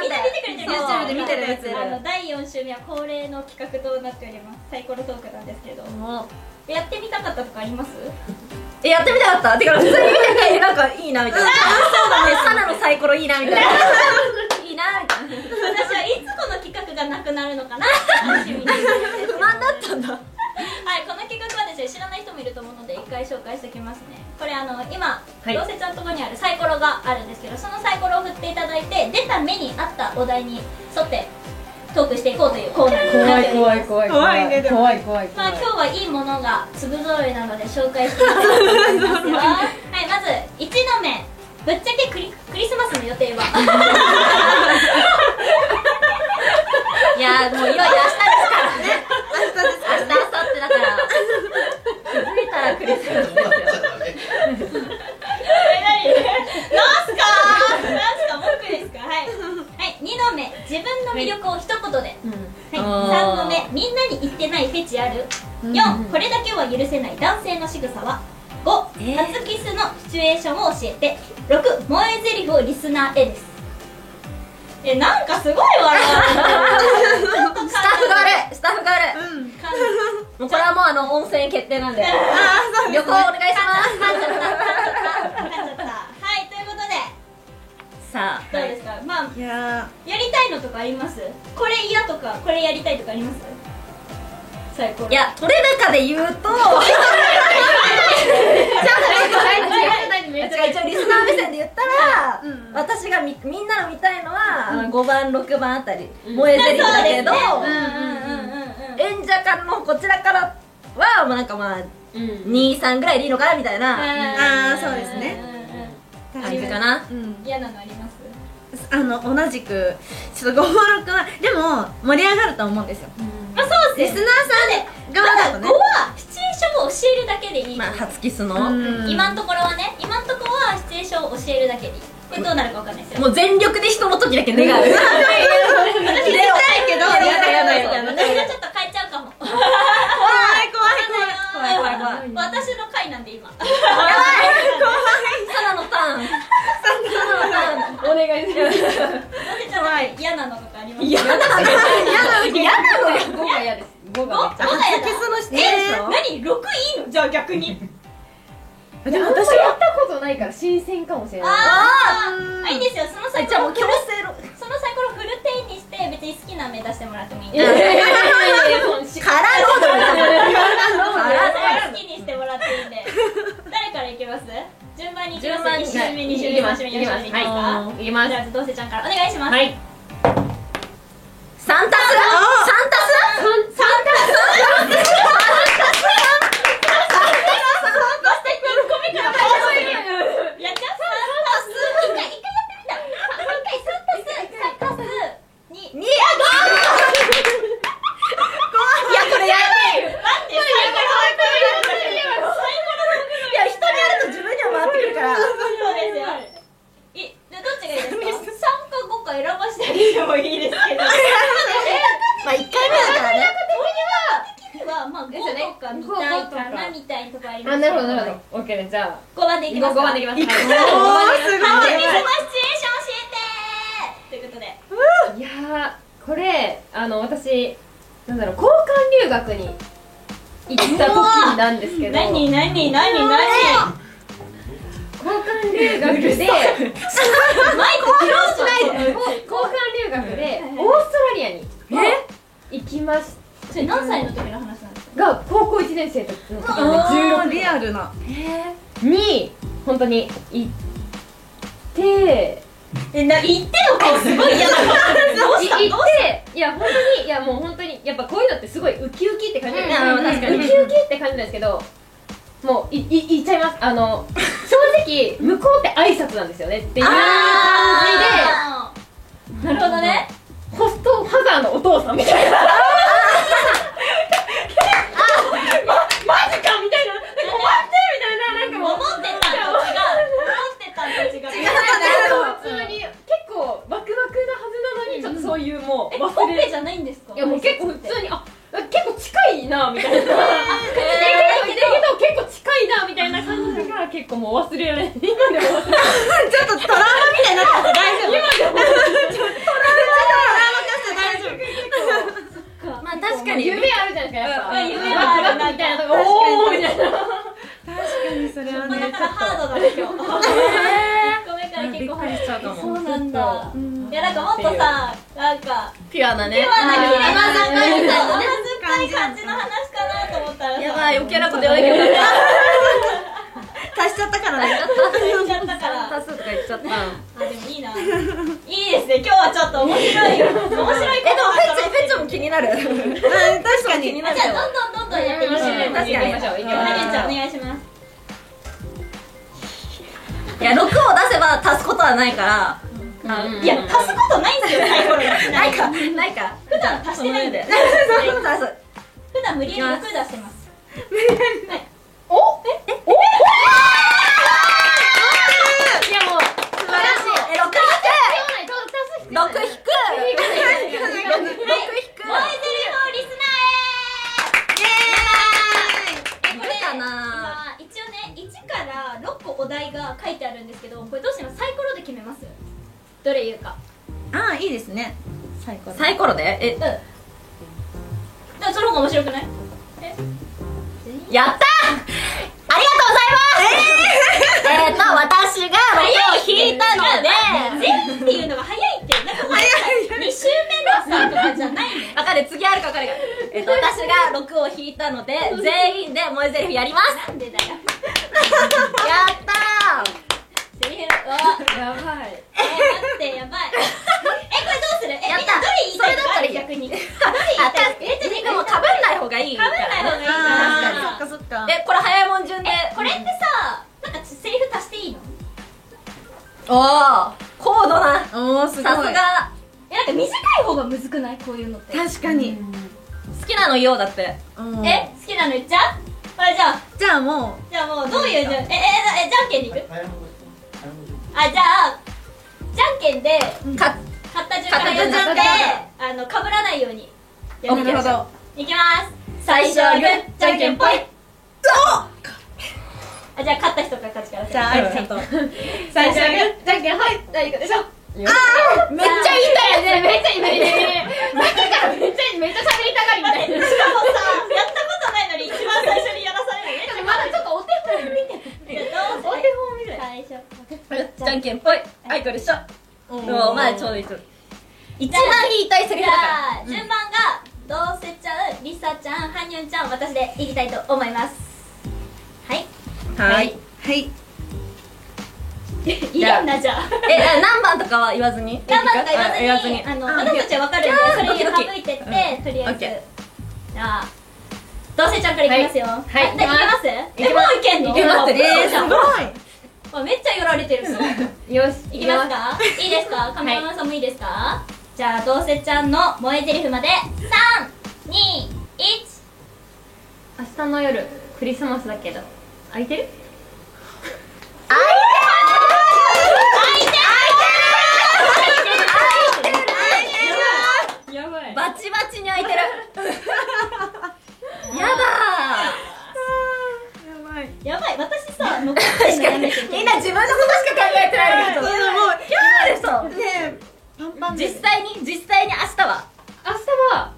[SPEAKER 1] みんな見てくれてる
[SPEAKER 2] YouTube で見てる
[SPEAKER 1] やつあの第4週目は恒例の企画となっておりますサイコロトークなんですけど
[SPEAKER 3] も
[SPEAKER 1] でやってみたかったとかあります
[SPEAKER 2] え、やってみたかった。てか、普通に見てて、なんかいいなみたいな。そうだね。サナのサイコロいいなみたいな。いいなみたいな。
[SPEAKER 1] 私はいつこの企画がなくなるのかなって楽しみにしてるんです
[SPEAKER 2] 不満だったんだ。
[SPEAKER 1] はい、この企画はですね知らない人もいると思うので一回紹介しておきますねこれあの今、
[SPEAKER 2] はい
[SPEAKER 1] どうせちゃんとこにあるサイコロがあるんですけどそのサイコロを振っていただいて出た目に合ったお題に沿ってトークしていこうというコーナーになっております
[SPEAKER 4] い怖い
[SPEAKER 3] 怖いねでも
[SPEAKER 4] 怖い怖い
[SPEAKER 1] まあ今日はいいものが粒揃いなので紹介していきたいと思います よはいまず1の目ぶっちゃけクリクリスマスの予定は
[SPEAKER 2] いやー、もういよいよ明日ですからね。明日、明後日だから。気づいたらクリスマスですよ。
[SPEAKER 1] え何なんすかなんすか文句ですかはい、はい、2の目自分の魅力を一言で、はい、3の目みんなに言ってないフェチある4これだけは許せない男性の仕草は5、
[SPEAKER 2] えー
[SPEAKER 1] 初キスのシチュエーションを教えて6萌え台詞をリスナーへですえなんかすごい笑うちょっと
[SPEAKER 2] スタッ フが悪いスタッフが悪い、
[SPEAKER 1] 感
[SPEAKER 2] もうこれはもうあの温泉決定なんで旅行お願いし
[SPEAKER 1] じになっちゃったはいということで
[SPEAKER 2] ます さあ
[SPEAKER 1] どうですか、まあ
[SPEAKER 3] ういや
[SPEAKER 1] やりたいのとかありますこれ嫌とかこれやりたいとかありますサイコロ
[SPEAKER 2] いや取れ高で言うと
[SPEAKER 4] めっちゃ
[SPEAKER 2] 一応リスナー目線で言ったら、私がみみんなの見たいのは、あの5番6番あたり萌えゼリだけど、
[SPEAKER 1] うんうんうん
[SPEAKER 2] 演者間のこちらからはもうなんかまあ
[SPEAKER 4] うん
[SPEAKER 2] 23ぐらいでいいのかなみたいな
[SPEAKER 3] あーそうですね
[SPEAKER 2] 感じかな、
[SPEAKER 3] うん
[SPEAKER 1] 嫌なのあります
[SPEAKER 3] あの同じくちょっと56はでも盛り上がると思うんですよ
[SPEAKER 1] まあそう
[SPEAKER 3] リ
[SPEAKER 1] で
[SPEAKER 3] ス
[SPEAKER 1] す
[SPEAKER 3] ナ
[SPEAKER 1] ね
[SPEAKER 3] ーさん側だと
[SPEAKER 1] 5
[SPEAKER 3] ね
[SPEAKER 1] はシチュエーションを教えるだけでいい、
[SPEAKER 2] まあ初キスの、
[SPEAKER 3] うん
[SPEAKER 1] 今のところはね今のところはシチュエーションを教えるだけでいいこれどうなるかわかんないですよ
[SPEAKER 2] もう全力で人の時だけ願 う
[SPEAKER 1] 私入れたいけど
[SPEAKER 2] やだやだやだ
[SPEAKER 1] 私がちょっと変えちゃうかも怖い怖い
[SPEAKER 2] 怖い怖い怖
[SPEAKER 1] い私の回なんで今
[SPEAKER 2] サナのターンサナのターン
[SPEAKER 4] お願いします
[SPEAKER 1] 怖い嫌なのとかあります
[SPEAKER 2] 嫌なの嫌なのよ
[SPEAKER 4] 5が嫌です5
[SPEAKER 1] お
[SPEAKER 4] が
[SPEAKER 1] まだやだ
[SPEAKER 2] えー
[SPEAKER 1] 何六いいのじゃあ逆に
[SPEAKER 4] でも私やったことないから新鮮かもしれない
[SPEAKER 1] あーあいいですよそのサイコ
[SPEAKER 2] じゃあも
[SPEAKER 1] ロ
[SPEAKER 2] う強制の
[SPEAKER 1] そのサイコロフルテイにして別に好きな目出してもらってもいいん
[SPEAKER 4] い
[SPEAKER 1] で
[SPEAKER 4] や
[SPEAKER 1] す
[SPEAKER 4] い
[SPEAKER 1] よ
[SPEAKER 4] やいやいやいや
[SPEAKER 2] カラーロードみたい
[SPEAKER 1] 好
[SPEAKER 2] な
[SPEAKER 1] きにしてもらっていいんで誰からいきます順番にいきます
[SPEAKER 2] 順番に
[SPEAKER 1] 1周目2周目
[SPEAKER 4] い
[SPEAKER 1] 3
[SPEAKER 4] きま
[SPEAKER 1] 周
[SPEAKER 4] す
[SPEAKER 1] 目
[SPEAKER 4] い
[SPEAKER 1] 4
[SPEAKER 4] き
[SPEAKER 1] 周
[SPEAKER 4] ま
[SPEAKER 1] 目
[SPEAKER 4] す
[SPEAKER 1] いきますか
[SPEAKER 4] はいいきま
[SPEAKER 1] じ
[SPEAKER 4] す
[SPEAKER 1] ゃあどうせちゃんからお願いします
[SPEAKER 4] はい
[SPEAKER 2] サンタスサンタス
[SPEAKER 4] 三
[SPEAKER 1] やっちゃうサンタス一回一回やってみた一回サンタスサンタスに
[SPEAKER 2] にいやこれやばいい
[SPEAKER 1] なんでサイコロ
[SPEAKER 2] や人にやると自分には回ってくるから
[SPEAKER 1] そうですよ。い、でどっちがいいですか。三か五か選ばしてあげてもいいですけど。
[SPEAKER 2] まあ1回目だからね
[SPEAKER 1] 次はまあ五とか見たいかなみたいなとこあります
[SPEAKER 4] あ
[SPEAKER 1] け
[SPEAKER 4] なるほどなるほど OK ですじゃあ
[SPEAKER 1] 五番でいきます
[SPEAKER 4] 5
[SPEAKER 1] か。
[SPEAKER 4] 番でいき
[SPEAKER 1] ま
[SPEAKER 4] ますはい
[SPEAKER 3] おーす
[SPEAKER 1] す。ハッピー
[SPEAKER 3] ごい
[SPEAKER 1] クリスマスシチュエーション教えてー。ということで。
[SPEAKER 4] いやーこれあの私なんだろう交換留学に行った時なんですけど交
[SPEAKER 1] 何何何何。
[SPEAKER 4] 換留学で
[SPEAKER 1] マイククローしないで。
[SPEAKER 4] 交換留学でオーストラリアに行きまし
[SPEAKER 1] それ何歳の時の話なんですか。
[SPEAKER 4] が高校1年生の時の
[SPEAKER 3] 16リアルな
[SPEAKER 4] 16に本当に行って
[SPEAKER 1] えな言ってよこうすごい嫌な顔
[SPEAKER 4] い行っていや本当にいやもう本当にやっぱこういうのってすごいウキウキって感じなんですよ
[SPEAKER 2] うんうん確かに
[SPEAKER 4] ウキウキって感じなんですけどもういい言っちゃいますあの正直向こうって挨拶なんですよねっていう感
[SPEAKER 1] あーなるほどね
[SPEAKER 4] じでホストファザーのお父さんみたいなまマジかみたいななんかお前ってみたいななんか
[SPEAKER 1] 思
[SPEAKER 4] もう
[SPEAKER 1] ってたんと違う思ってたんと違う違
[SPEAKER 4] なんか普通に結構バクバクなはずなのにちょっとそういうもう
[SPEAKER 1] え
[SPEAKER 4] 忘
[SPEAKER 1] ほっ
[SPEAKER 4] れ
[SPEAKER 1] ぺじゃないんですか
[SPEAKER 4] いやもう結構普通にあ結構近いなみたいなでけど結構近いなみたいな感じが結構もう忘れられない今でも忘れら
[SPEAKER 3] ちょっとトラウマみたいになってます大丈夫ちょっとトラウマ化して大丈夫
[SPEAKER 2] まあ
[SPEAKER 4] れ
[SPEAKER 2] 確か
[SPEAKER 4] ない
[SPEAKER 2] に
[SPEAKER 4] 夢あるじゃないですかやっぱ、
[SPEAKER 1] うん夢はある
[SPEAKER 4] ワクワクみたいなとこおおみたいな
[SPEAKER 3] 確かにそれは
[SPEAKER 1] まあだ
[SPEAKER 3] ね
[SPEAKER 1] か
[SPEAKER 3] ちょ
[SPEAKER 1] ら
[SPEAKER 3] っと
[SPEAKER 1] ハードだね今日1個目 から
[SPEAKER 3] び
[SPEAKER 1] 結
[SPEAKER 3] っ
[SPEAKER 1] 構
[SPEAKER 3] く
[SPEAKER 1] ハー
[SPEAKER 3] りしちゃうか
[SPEAKER 1] ド
[SPEAKER 3] も
[SPEAKER 1] そうなんだいやなんかもっとさなんか
[SPEAKER 2] ピュアだね
[SPEAKER 1] 今なんか綺麗な
[SPEAKER 2] あ
[SPEAKER 1] 感じ
[SPEAKER 2] ー
[SPEAKER 1] の甘酸っぱい感じの話かなと思ったらさ
[SPEAKER 2] やばい余計なこと言わなき ゃよかっ
[SPEAKER 3] 足しちゃったから ね
[SPEAKER 1] 言っちゃったから
[SPEAKER 2] た多数とか言っちゃった
[SPEAKER 1] あでもいいないいですね今日はちょっと面白い面白いことを
[SPEAKER 2] えで
[SPEAKER 1] 働
[SPEAKER 2] も
[SPEAKER 1] い
[SPEAKER 2] ペッチョペッ
[SPEAKER 1] て
[SPEAKER 2] チョも気になる
[SPEAKER 3] うん確か
[SPEAKER 2] 気に
[SPEAKER 3] に
[SPEAKER 2] なっ
[SPEAKER 1] あ
[SPEAKER 2] ち
[SPEAKER 1] じゃ
[SPEAKER 2] ゃう
[SPEAKER 1] あどんどんどんどんやっていきましょう
[SPEAKER 2] うん確かに
[SPEAKER 1] 行きましょう
[SPEAKER 4] うん
[SPEAKER 1] ハゲちゃんお願いします
[SPEAKER 2] いや6を出せば足すことはないから、あ
[SPEAKER 1] いや足すことないんですよサイコロに
[SPEAKER 2] な
[SPEAKER 1] ないいか
[SPEAKER 2] かないか
[SPEAKER 1] 普段足してないんで
[SPEAKER 2] 足す
[SPEAKER 1] 普段無理やり6出してます
[SPEAKER 4] いやもう
[SPEAKER 2] 素晴らしいえ6引く6引く
[SPEAKER 1] はい燃えてるよリスナーへえこれ
[SPEAKER 2] いるかな
[SPEAKER 1] 今一応ね1から6個お題が書いてあるんですけどこれどうしますサイコロで決めますどれ言うか
[SPEAKER 3] ああいいですね最高
[SPEAKER 2] サイコロで
[SPEAKER 1] うん。でもその方が面白くない？
[SPEAKER 2] えやったありがとうございますえー、っと私が6を引いたので
[SPEAKER 1] 全っていうのが早いってなんかもう二週目のさとかじゃないね。
[SPEAKER 2] わかる次あるかわかるかえっと私が6を引いた ので全員で萌えゼリフやります
[SPEAKER 1] なんでだよ。
[SPEAKER 2] やった
[SPEAKER 1] セリフは
[SPEAKER 4] やばい
[SPEAKER 1] えー、待ってやばい。えこれどうする？え
[SPEAKER 2] やった
[SPEAKER 1] みんなどれ言いたいのか
[SPEAKER 2] それだったらいい
[SPEAKER 1] 逆に。どれ言い
[SPEAKER 2] あ
[SPEAKER 1] たい
[SPEAKER 2] た？えでもかぶんない方がいい
[SPEAKER 1] かぶんない方がいい
[SPEAKER 3] ああ
[SPEAKER 1] か
[SPEAKER 3] そっかそっか
[SPEAKER 2] えこれ早いもん順で
[SPEAKER 1] えこれってさなんかセリフ足していいの？
[SPEAKER 2] おお高度な
[SPEAKER 3] おおすごい
[SPEAKER 2] さすが
[SPEAKER 1] えなんか短い方がむずくないこういうのって。
[SPEAKER 3] 確かに
[SPEAKER 2] 好きなのようだって
[SPEAKER 3] うん
[SPEAKER 1] え好きなの言っちゃう？これじゃあ
[SPEAKER 3] じゃあも
[SPEAKER 1] じゃあもうどういう順？ええええじゃんけんでいく？
[SPEAKER 9] 早も
[SPEAKER 1] あじゃあじゃんけんで
[SPEAKER 2] か
[SPEAKER 1] 買った順から
[SPEAKER 2] 買った順
[SPEAKER 1] やっ
[SPEAKER 2] で
[SPEAKER 1] てあの被らないようにやっていきましょ
[SPEAKER 2] ど
[SPEAKER 1] ういきます最初はグーじゃんけんぽいあじゃあ勝った人が勝ちから
[SPEAKER 3] うじゃあありちゃんと最初はグーじゃんけんはいじゃあいいかでしょ
[SPEAKER 4] めっちゃ言いたいよねめっちゃ言いたいねだからめっちゃめっちゃ喋りたがりみたいな
[SPEAKER 1] しかもさやったことないのに一番最初にやらされるね
[SPEAKER 4] でもまだちょっとお手本見て
[SPEAKER 1] どう
[SPEAKER 4] お
[SPEAKER 1] せ
[SPEAKER 4] 手本見て
[SPEAKER 1] 最初
[SPEAKER 2] じゃんけんぽいあいこでしょもうまあちょうどいいちょうどいい一番言いたいセリ
[SPEAKER 1] じ
[SPEAKER 2] フ
[SPEAKER 1] ゃ
[SPEAKER 2] だから
[SPEAKER 1] あ順番がどうせちゃんりさちゃんはにゅんちゃん私でいきたいと思いますはい
[SPEAKER 3] はいはい
[SPEAKER 1] いいんだじゃあ
[SPEAKER 2] ええ何番とかは言わずに
[SPEAKER 1] 頑張ったか言わずに
[SPEAKER 2] あ
[SPEAKER 1] あの
[SPEAKER 3] あ
[SPEAKER 1] 私たちは分かるんでそれに省いてって とりあえ
[SPEAKER 2] オッ
[SPEAKER 1] ず
[SPEAKER 2] ケー
[SPEAKER 1] じゃあどうせちゃんからいきますよ
[SPEAKER 4] い
[SPEAKER 1] あでいきますえもういけんの
[SPEAKER 2] いけます
[SPEAKER 1] え
[SPEAKER 3] えーすごい
[SPEAKER 1] あめっちゃ寄られてる しい
[SPEAKER 4] よし
[SPEAKER 1] きますかいいですかカメラマンさんもいいですかじゃあどうせちゃんの萌え台詞まで321
[SPEAKER 4] 明日の夜クリスマスだけど空いてるやばい
[SPEAKER 2] バチバチに開いてるや
[SPEAKER 3] やばい
[SPEAKER 1] やばい私さ残ってんのやめて
[SPEAKER 2] だーみんな自分のことしか考えて ないけどキャーでしょ
[SPEAKER 3] ねえパンパンで
[SPEAKER 2] 実際に実際に明日は
[SPEAKER 4] 明日は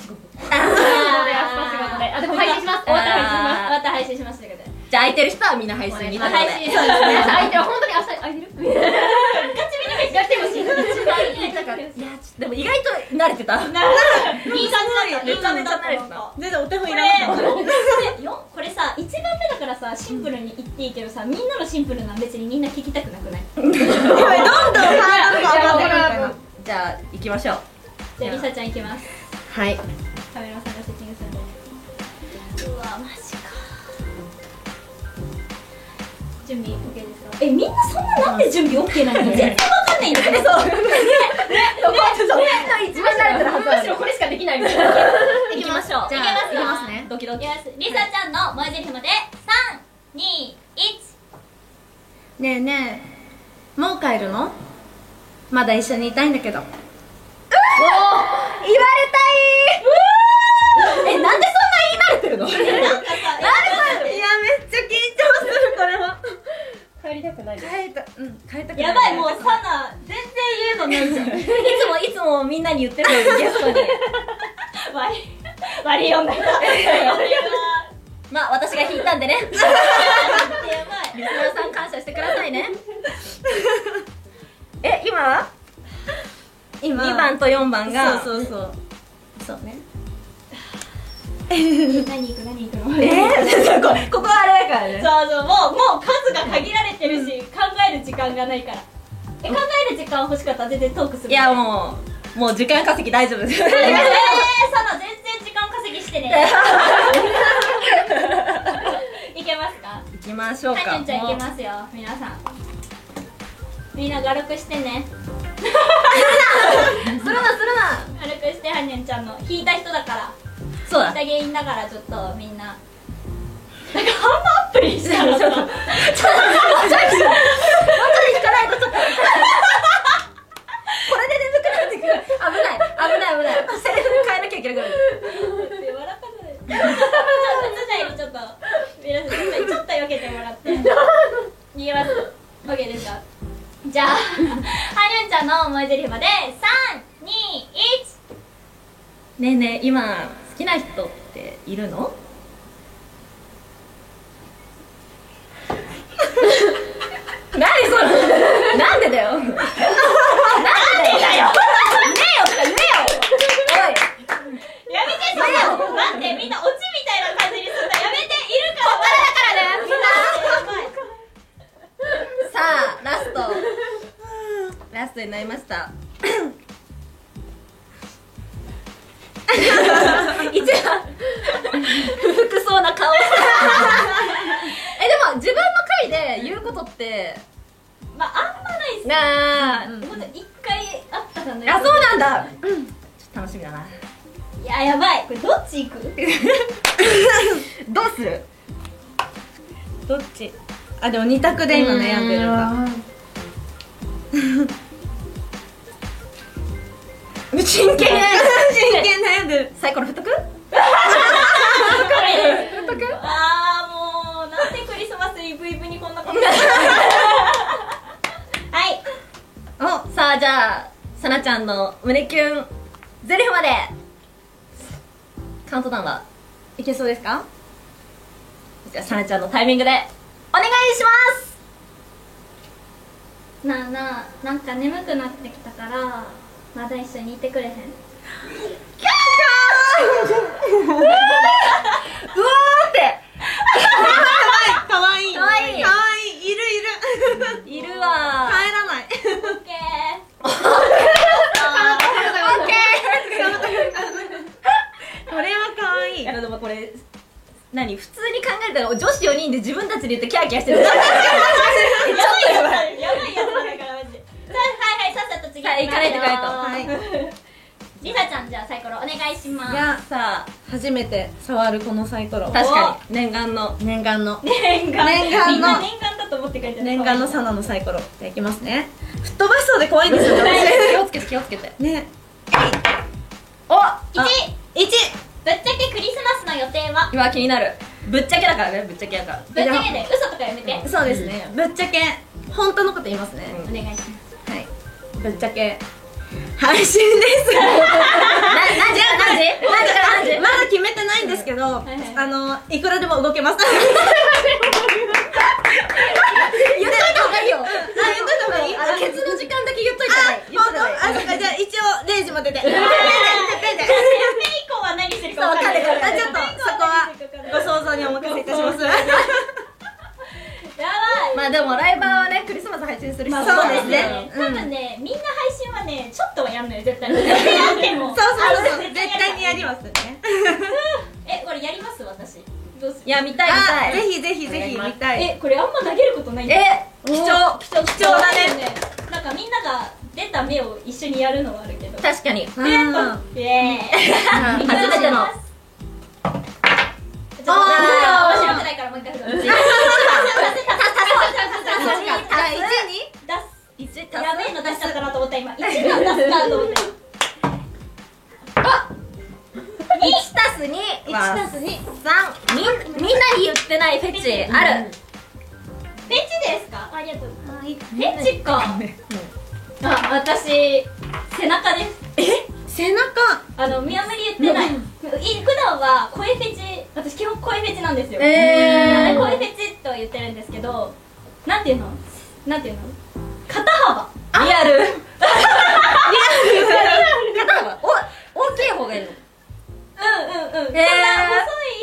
[SPEAKER 4] 仕事で明日仕事であでも配信します終わったら配信します
[SPEAKER 1] また配信しますということで
[SPEAKER 2] じゃあ空いてる人はみんな配信に行くので
[SPEAKER 1] 配信そうですね
[SPEAKER 4] 皆さん空いてる本当に明日空いてるみたいなガチ見に行ってほしい
[SPEAKER 2] いやちょっとでも意外と慣れてた
[SPEAKER 1] いい感じだったいい感じだった
[SPEAKER 2] めっちゃ慣れてた
[SPEAKER 1] 本当
[SPEAKER 3] 全然お手本い
[SPEAKER 1] こ
[SPEAKER 3] らなかった
[SPEAKER 1] れよこれさ1番目だからさシンプルに言っていいけどさみんなのシンプルなん別にみんな聞きたくなくない
[SPEAKER 2] じゃあ行きましょう
[SPEAKER 1] じゃありさちゃんいきます
[SPEAKER 3] はい
[SPEAKER 1] カメラさんがセッティングするのでうわマジか準備 OK ですかえみんなそんななんで準備 OK なの全然わかんないんだけど
[SPEAKER 4] 一番慣れてるはずむしろこれしかできないみたいな
[SPEAKER 1] 行きましょう
[SPEAKER 3] じゃあ行きますね
[SPEAKER 1] ドキドキりさちゃんの萌えゼリフまで321
[SPEAKER 3] ねえねえもう帰るのまだ一緒にいたいんだけどいやめっちゃ緊張するこれは
[SPEAKER 4] 帰りたくないです
[SPEAKER 3] 変えたうん変えたくない
[SPEAKER 1] やばいもうサナ全然言うのないじゃんいつもいつもみんなに言ってるのにゲストに割り割り読んだ
[SPEAKER 2] まあ私が引いたんでね
[SPEAKER 1] やばい
[SPEAKER 2] リスナーさん感謝してくださいねえ今は
[SPEAKER 3] 今
[SPEAKER 2] 2番と4番が
[SPEAKER 3] そうそうそうそうね
[SPEAKER 1] 何行く何行くの
[SPEAKER 2] ここはあれだからね
[SPEAKER 1] そうそうもうもう数が限られてるし、考える時間がないからえ考える時間欲しかったら全然トークする
[SPEAKER 2] いやもうもう時間稼ぎ大丈夫です
[SPEAKER 1] えー、サナ全然時間稼ぎしてね いけますか
[SPEAKER 2] 行きましょうか
[SPEAKER 1] はい、ちゃんいけますよ、皆さん。みんな軽くしてね。す るな、するな。軽くして、はにゃんちゃんの、引いた人だから、
[SPEAKER 2] そう
[SPEAKER 1] 引いた
[SPEAKER 2] だ
[SPEAKER 1] 原因だから、ちょっとみんな。なんか、ハンマーアップにしたらさ、ちょっと、ちょっと、
[SPEAKER 2] 危ない危ない危ないセリフ変えなきゃいけない
[SPEAKER 1] 柔らかくない。ちょっと、ちょっと、ちょっと、皆さん、ちょっとちょっと避けてもらって。逃げます。オッケーですか。じゃあ、はにゃんちゃんの思い出りまで、三、二、一。
[SPEAKER 2] ねえねえ今好きな人っている の何それなんでだよなんでだよね
[SPEAKER 1] やめてそれ待ってみんなオチみたいな感じにするのやめているからこからだからねみんな
[SPEAKER 2] えよさあラストラストになりま した一番不服そうな顔えでも自分の回で言うことって
[SPEAKER 1] まああんまないっす
[SPEAKER 2] なあ、
[SPEAKER 1] もう一回あったかな
[SPEAKER 2] あそうなんだ、うん、ちょっと楽しみだない
[SPEAKER 1] ややばいこれどっち行く
[SPEAKER 2] どうする
[SPEAKER 3] どっちあでも二択で今悩んでるんだ
[SPEAKER 2] 真剣
[SPEAKER 3] 真剣に悩んでる
[SPEAKER 2] サイコロ振っとく
[SPEAKER 1] ああもうなんでクリスマスイブイブにこんなこと はい
[SPEAKER 2] おさあじゃあさなちゃんの胸キュンゼリフまでカウントダウンはい
[SPEAKER 3] けそうですか
[SPEAKER 2] じゃあさなちゃんのタイミングでお願いします
[SPEAKER 1] なあなあなんか眠くなってきたからまだ一緒にいてくれへん
[SPEAKER 2] うわー
[SPEAKER 3] かわいい
[SPEAKER 2] かわいい
[SPEAKER 3] かわいいいるいる
[SPEAKER 2] っているわー
[SPEAKER 3] 帰らない
[SPEAKER 1] オッケー
[SPEAKER 3] これはかわいい
[SPEAKER 2] いやでもこれ何普通に考えたら女子4人で自分たちで言ってキャーキャーしてる
[SPEAKER 1] やばいやつだからやばいやつだからマジでさはいはいさっさと次
[SPEAKER 2] はい行かないと行か
[SPEAKER 1] ないとりさちゃんじゃあサイコロお願いします
[SPEAKER 3] いや
[SPEAKER 2] さあ
[SPEAKER 3] 初めて触るこのサイコロ
[SPEAKER 2] 確かに念願の
[SPEAKER 3] 念願の
[SPEAKER 1] 念願
[SPEAKER 3] 念願の
[SPEAKER 1] みんな念願だと思って書いてある
[SPEAKER 3] 念願のサナのサイコロじゃあいきますね吹っ飛ばしそうで怖いんですよ私
[SPEAKER 2] 気をつけて気をつけて
[SPEAKER 3] ね
[SPEAKER 2] お
[SPEAKER 1] 1ぶっ
[SPEAKER 3] 一
[SPEAKER 1] ちゃけクリスマスの予定は
[SPEAKER 2] 今気になるぶっちゃけだからねぶっちゃけだから
[SPEAKER 1] ぶっちゃけで嘘とかやめてお
[SPEAKER 3] そうですねぶっちゃけ本当のこと言いますね
[SPEAKER 2] う
[SPEAKER 1] 願い します
[SPEAKER 3] はいぶっちゃけ配信です
[SPEAKER 2] 何時何時何時から何時
[SPEAKER 3] まだ決めてないんですけど、
[SPEAKER 1] いはい
[SPEAKER 3] あのいくらでも動けます。
[SPEAKER 2] 言っといた方がいいよ
[SPEAKER 3] あ言っといた方がいい
[SPEAKER 2] あのケツの時間だけ言っといた方が
[SPEAKER 3] あ
[SPEAKER 2] いい、言っ
[SPEAKER 3] 本
[SPEAKER 2] といた方
[SPEAKER 3] 当。
[SPEAKER 2] がいい
[SPEAKER 3] あ、そっかじゃあ一応零時までで。 ででで
[SPEAKER 1] ペイコは何してるか分かんない
[SPEAKER 2] そうわかんない
[SPEAKER 3] あちょっとそこはご想像にお任せいたします。
[SPEAKER 2] あでもライバーはねクリスマス配信する人
[SPEAKER 3] そうですね
[SPEAKER 1] 多分ね、みんな配信はねちょっとはやんのよ絶対やっても
[SPEAKER 3] そうそうそう絶
[SPEAKER 1] 絶
[SPEAKER 3] 対
[SPEAKER 1] 対
[SPEAKER 3] に
[SPEAKER 1] に
[SPEAKER 3] や
[SPEAKER 1] や
[SPEAKER 3] りますね
[SPEAKER 1] えこれやります私どうす
[SPEAKER 2] いや見たい見
[SPEAKER 3] あ
[SPEAKER 2] た
[SPEAKER 3] ぜ
[SPEAKER 2] い
[SPEAKER 3] ひぜひぜひ見たい
[SPEAKER 1] えこれあんま投げることないんだよ
[SPEAKER 2] え貴重
[SPEAKER 1] 貴重貴
[SPEAKER 2] 重だね
[SPEAKER 1] なんかみんなが出た目を一緒にやるのはあるけど
[SPEAKER 2] 確かに
[SPEAKER 3] う
[SPEAKER 1] え
[SPEAKER 3] ん
[SPEAKER 1] ーっとイエーイ
[SPEAKER 2] 初めての
[SPEAKER 1] ちょっと面白くないからもう一回振る
[SPEAKER 3] じゃあ一位に
[SPEAKER 1] 出す
[SPEAKER 2] 一足す
[SPEAKER 1] やべえの出しちゃったなと思った今一番出すかと思った
[SPEAKER 2] 1たす2は
[SPEAKER 3] 1たす2
[SPEAKER 2] 3みんみんなに言ってないフェチあ
[SPEAKER 1] フ
[SPEAKER 2] る
[SPEAKER 1] ェチですかありがとうフェチかあ私背中です
[SPEAKER 3] 背中
[SPEAKER 1] あの見あまり言ってないい普段は声フェチ私基本声フェチなんですよ
[SPEAKER 2] え
[SPEAKER 1] 声フェチと言ってるんですけどなんていうのなんていうの肩幅
[SPEAKER 2] ー、リアルリアル肩幅お大きい方がいいの
[SPEAKER 1] うんうんうん、こ
[SPEAKER 2] へー
[SPEAKER 1] んな細い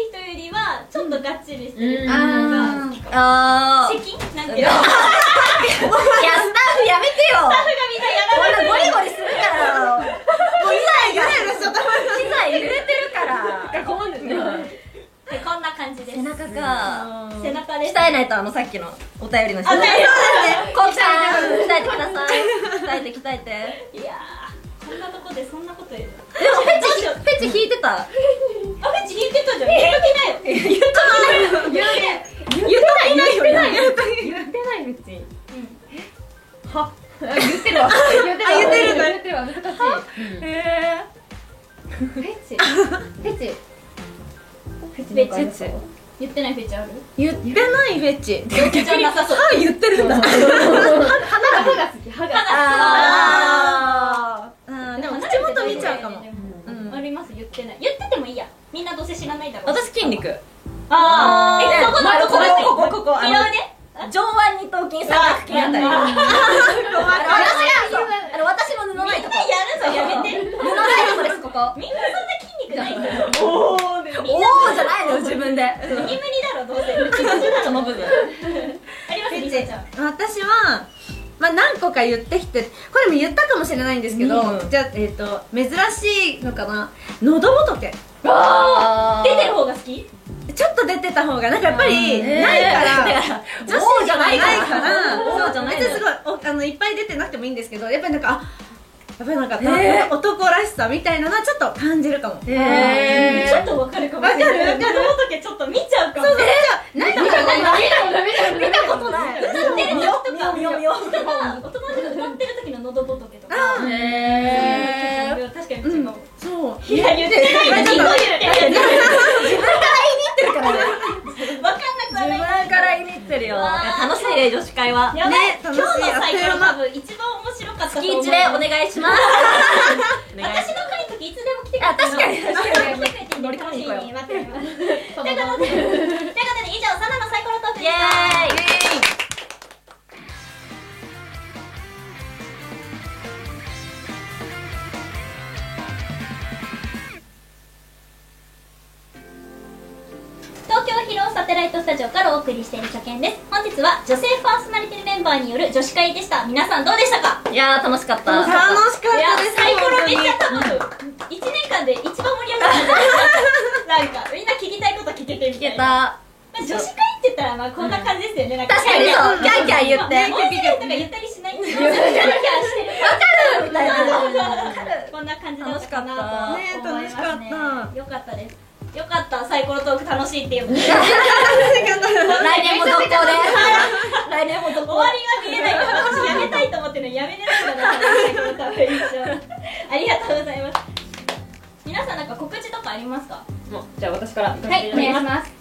[SPEAKER 1] 人よりはちょっとがっちりしてる
[SPEAKER 2] うん
[SPEAKER 1] なんか
[SPEAKER 2] あ
[SPEAKER 1] 背
[SPEAKER 2] あいや
[SPEAKER 1] 筋なんていうのス
[SPEAKER 2] スタッフやめてよ
[SPEAKER 1] タッフがみんなや
[SPEAKER 2] こん
[SPEAKER 1] られ
[SPEAKER 2] な
[SPEAKER 1] る
[SPEAKER 2] ゴリゴリする からもう機材が機材揺れてるか
[SPEAKER 4] が
[SPEAKER 2] ら
[SPEAKER 4] 困るんだよね
[SPEAKER 1] こんな感じです
[SPEAKER 2] 背中か
[SPEAKER 1] 背中です
[SPEAKER 2] 鍛えないとあのさっきのお便りの人
[SPEAKER 1] あ大丈
[SPEAKER 2] コウキさん鍛えてください鍛えて鍛えて
[SPEAKER 1] 夫いやーこんなとこでそんなこと言う
[SPEAKER 2] でもフェチひフェチ引いてた
[SPEAKER 1] あフェチ言ってたじゃん言ってないよ
[SPEAKER 2] 言っと
[SPEAKER 1] 言って
[SPEAKER 4] 言ってない言ってない言ってない別には言ってるわ言ってるわ
[SPEAKER 3] 言ってるんだ
[SPEAKER 4] 言ってるわ難しい
[SPEAKER 3] へ
[SPEAKER 4] フェチフェチ
[SPEAKER 1] フェチ言ってないフェチある
[SPEAKER 3] 言ってないフェチ
[SPEAKER 1] 言ってなさそう
[SPEAKER 3] 言ってるんだ
[SPEAKER 4] 歯が好き歯が
[SPEAKER 2] あ
[SPEAKER 3] うんでも口元見ちゃうかも
[SPEAKER 1] うんあります言ってない言っててもいいやみんなどうせ知らないだろう
[SPEAKER 2] 私筋肉
[SPEAKER 1] あーえ
[SPEAKER 2] あー
[SPEAKER 1] そこだ
[SPEAKER 2] ここ
[SPEAKER 1] だ
[SPEAKER 2] ここここあの
[SPEAKER 1] 色ね
[SPEAKER 2] 上腕二頭筋三角筋あたりあの私がそうあの私の布
[SPEAKER 1] みんな
[SPEAKER 2] ない
[SPEAKER 1] や
[SPEAKER 2] と
[SPEAKER 1] る
[SPEAKER 2] こ
[SPEAKER 1] ぞやめて
[SPEAKER 2] 布ないとこですここ
[SPEAKER 1] みんなそんな筋肉ないんだよ
[SPEAKER 2] おおじゃないのよ自分で
[SPEAKER 1] 右無理だろどうせ右無理だろ
[SPEAKER 2] その部分
[SPEAKER 1] ありますりさちゃん
[SPEAKER 3] 私は、まあ、何個か言ってきてこれも言ったかもしれないんですけど、
[SPEAKER 2] うん
[SPEAKER 3] じゃあ、えっと珍しいのかな喉仏
[SPEAKER 2] あ
[SPEAKER 1] 出てる方が好き
[SPEAKER 3] ちょっと出てた方がなんかやっぱり
[SPEAKER 2] ねえ
[SPEAKER 3] ないから、女子
[SPEAKER 2] じゃない
[SPEAKER 3] ない
[SPEAKER 2] か
[SPEAKER 3] からら
[SPEAKER 2] 王じゃないの
[SPEAKER 3] 別にすごいおあのいっぱい出てなくてもいいんですけどやっぱりなんかあやっぱりなんか、
[SPEAKER 2] ねえ
[SPEAKER 3] 男らしさみたいなのはちょっと感じるかも、
[SPEAKER 2] へえ
[SPEAKER 1] ちょっとわかるかもしれない
[SPEAKER 3] わかるわかる
[SPEAKER 1] 喉仏ちょっと見ちゃうかも
[SPEAKER 3] なんか
[SPEAKER 2] 見たことない
[SPEAKER 1] 歌ってる時とか
[SPEAKER 2] 見よう見よう
[SPEAKER 1] 歌が男の人が歌ってる時の喉仏とか
[SPEAKER 2] へえ
[SPEAKER 1] 確かに違う
[SPEAKER 3] そう
[SPEAKER 1] いや言ってないのに言ってる
[SPEAKER 2] だからね
[SPEAKER 1] わかんなくはない
[SPEAKER 2] 自分から言いに行ってるよい
[SPEAKER 1] わー
[SPEAKER 2] や楽しいね女子会は
[SPEAKER 1] やばい、
[SPEAKER 3] ね
[SPEAKER 1] 今日
[SPEAKER 3] 楽しい
[SPEAKER 1] の
[SPEAKER 3] あっ
[SPEAKER 1] 最
[SPEAKER 3] という
[SPEAKER 1] 後
[SPEAKER 3] 間
[SPEAKER 1] 多分一番面白かったと
[SPEAKER 2] 月
[SPEAKER 1] 思う
[SPEAKER 2] 一でお願いします お願い
[SPEAKER 1] 私
[SPEAKER 2] し
[SPEAKER 1] の会の時いつでも来てくれ
[SPEAKER 2] あ確かに確かに
[SPEAKER 1] 来てくれていいんで楽しみに待ってますということ
[SPEAKER 4] う
[SPEAKER 1] でということで以上サナのサイコロトーク
[SPEAKER 2] ます
[SPEAKER 1] で
[SPEAKER 2] イ
[SPEAKER 1] した
[SPEAKER 2] エーイ
[SPEAKER 1] 東京広尾サテライトスタジオからお送りしている初見です本日は女性パーソナリティメンバーによる女子会でした皆さんどうでしたか
[SPEAKER 2] いやー楽しかった
[SPEAKER 3] 楽しか
[SPEAKER 1] いや
[SPEAKER 3] ったです
[SPEAKER 1] サイコロめっちゃ
[SPEAKER 3] 本
[SPEAKER 1] 多分1年間で一番盛り上がったんじゃないかななんかみんな聞きたいこと聞けてみた
[SPEAKER 2] 聞け
[SPEAKER 1] いな
[SPEAKER 2] た
[SPEAKER 1] まあ女子会って言ったらまあこんな感じですよね、なんか
[SPEAKER 2] 確かにそうキャンキャン言って
[SPEAKER 1] 面白いとか言ったりしないんですよキャンキャンしてる
[SPEAKER 2] わかるみたい
[SPEAKER 1] こ
[SPEAKER 2] な
[SPEAKER 1] んな感じだったかなとは
[SPEAKER 3] 楽しか
[SPEAKER 1] 思い
[SPEAKER 3] った
[SPEAKER 1] ますね
[SPEAKER 3] ね楽しか
[SPEAKER 1] よかった
[SPEAKER 3] った
[SPEAKER 1] ですよかったサイコロトーク楽しいっていう終
[SPEAKER 2] 来年も続行で来年も続行
[SPEAKER 1] わりが見えないから私やめたいと思ってるのにやめれないからサイコロトーク一緒ありがとうございます皆さんなんか告知とかありますか
[SPEAKER 4] もうじゃあ私から行か
[SPEAKER 1] は
[SPEAKER 4] せて
[SPEAKER 1] い
[SPEAKER 4] い
[SPEAKER 1] お願い
[SPEAKER 4] ただきま
[SPEAKER 1] し
[SPEAKER 4] す
[SPEAKER 1] ます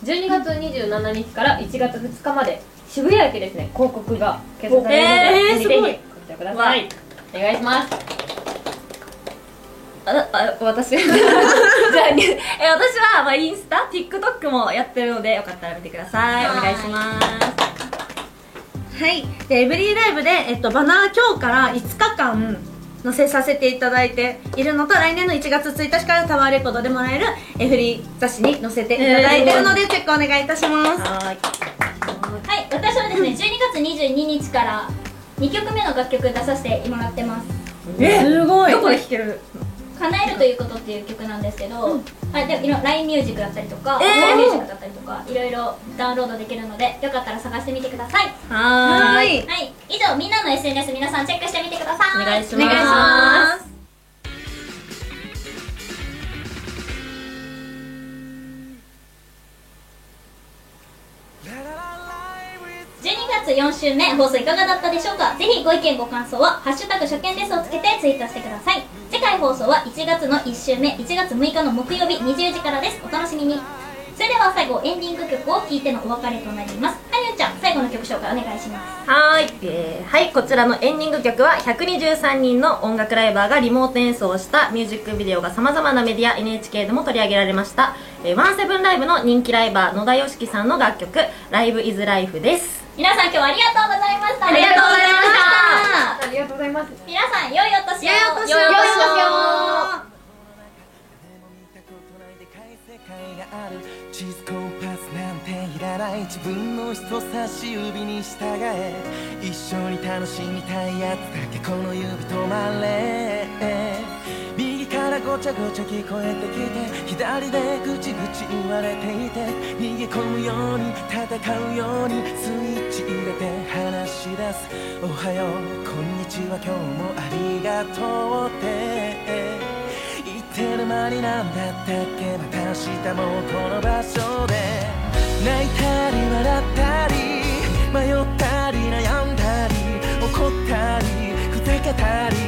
[SPEAKER 4] 12月27日から1月2日まで渋谷駅ですね広告が掲載されますので、ぜひ
[SPEAKER 2] おえー
[SPEAKER 4] ご視聴くださいお願いします
[SPEAKER 2] ああ私 じゃあえ私は、まあ、インスタ TikTok もやってるのでよかったら見てくださいお願いします
[SPEAKER 3] はい、でエブリーライブで、えっと、バナー今日から5日間載せさせていただいているのと来年の1月1日からタワーレコードでもらえるエフリー雑誌に載せていただいているので、チェックお願いいたします
[SPEAKER 2] はー
[SPEAKER 1] は
[SPEAKER 2] い
[SPEAKER 1] い、私はですね、ね12月22日から2曲目の楽曲出させてもらってます
[SPEAKER 3] すごい
[SPEAKER 2] どこで弾ける
[SPEAKER 1] 「叶えるということ」っていう曲なんですけど、あでもいろ LINE ミュージックだったりとか、
[SPEAKER 2] えー
[SPEAKER 1] LINE ミュージックだったりとかいろいろダウンロードできるのでよかったら探してみてください
[SPEAKER 2] はーい
[SPEAKER 1] はい以上みんなの SNS 皆さんチェックしてみてください
[SPEAKER 2] お願いし
[SPEAKER 1] お
[SPEAKER 2] ます
[SPEAKER 1] 願いします12月4週目放送いかがだったでしょうかぜひご意見ご感想は「ハッシュタグ初見です」をつけてツイートしてください次回放送は1月の1週目1月6日の木曜日20時からですお楽しみにそれでは最後エンディング曲を聴いてのお別れとなりますあゆんちゃん最後の曲紹介お願いします
[SPEAKER 2] はーい、えーはいこちらのエンディング曲は123人の音楽ライバーがリモート演奏をしたミュージックビデオがさまざまなメディア NHK でも取り上げられました、えー、ワンセブンライブの人気ライバー野田佳樹さんの楽曲「ライブイズライフです
[SPEAKER 1] 皆さん今日はありがとうございました
[SPEAKER 2] ありがとうございま
[SPEAKER 1] あ
[SPEAKER 4] ありがとうございます
[SPEAKER 1] りがとうございました皆さん良いお年を
[SPEAKER 2] 良いお年を
[SPEAKER 1] 良い
[SPEAKER 9] 見たことないでかい世界がある地図コンパスなんていらない自分の人差し指に従え一緒に楽しみたいやつだけこの指止まれ右からごちゃごちゃ聞こえてきて左でぐちぐち言われていて逃げ込むように戦うようにスイッチ入れて話し出すおはようこんにちは今日もありがとうって言ってる間になんだったっけまた明日もこの場所で泣いたり笑ったり迷ったり悩んだり怒ったり砕けたり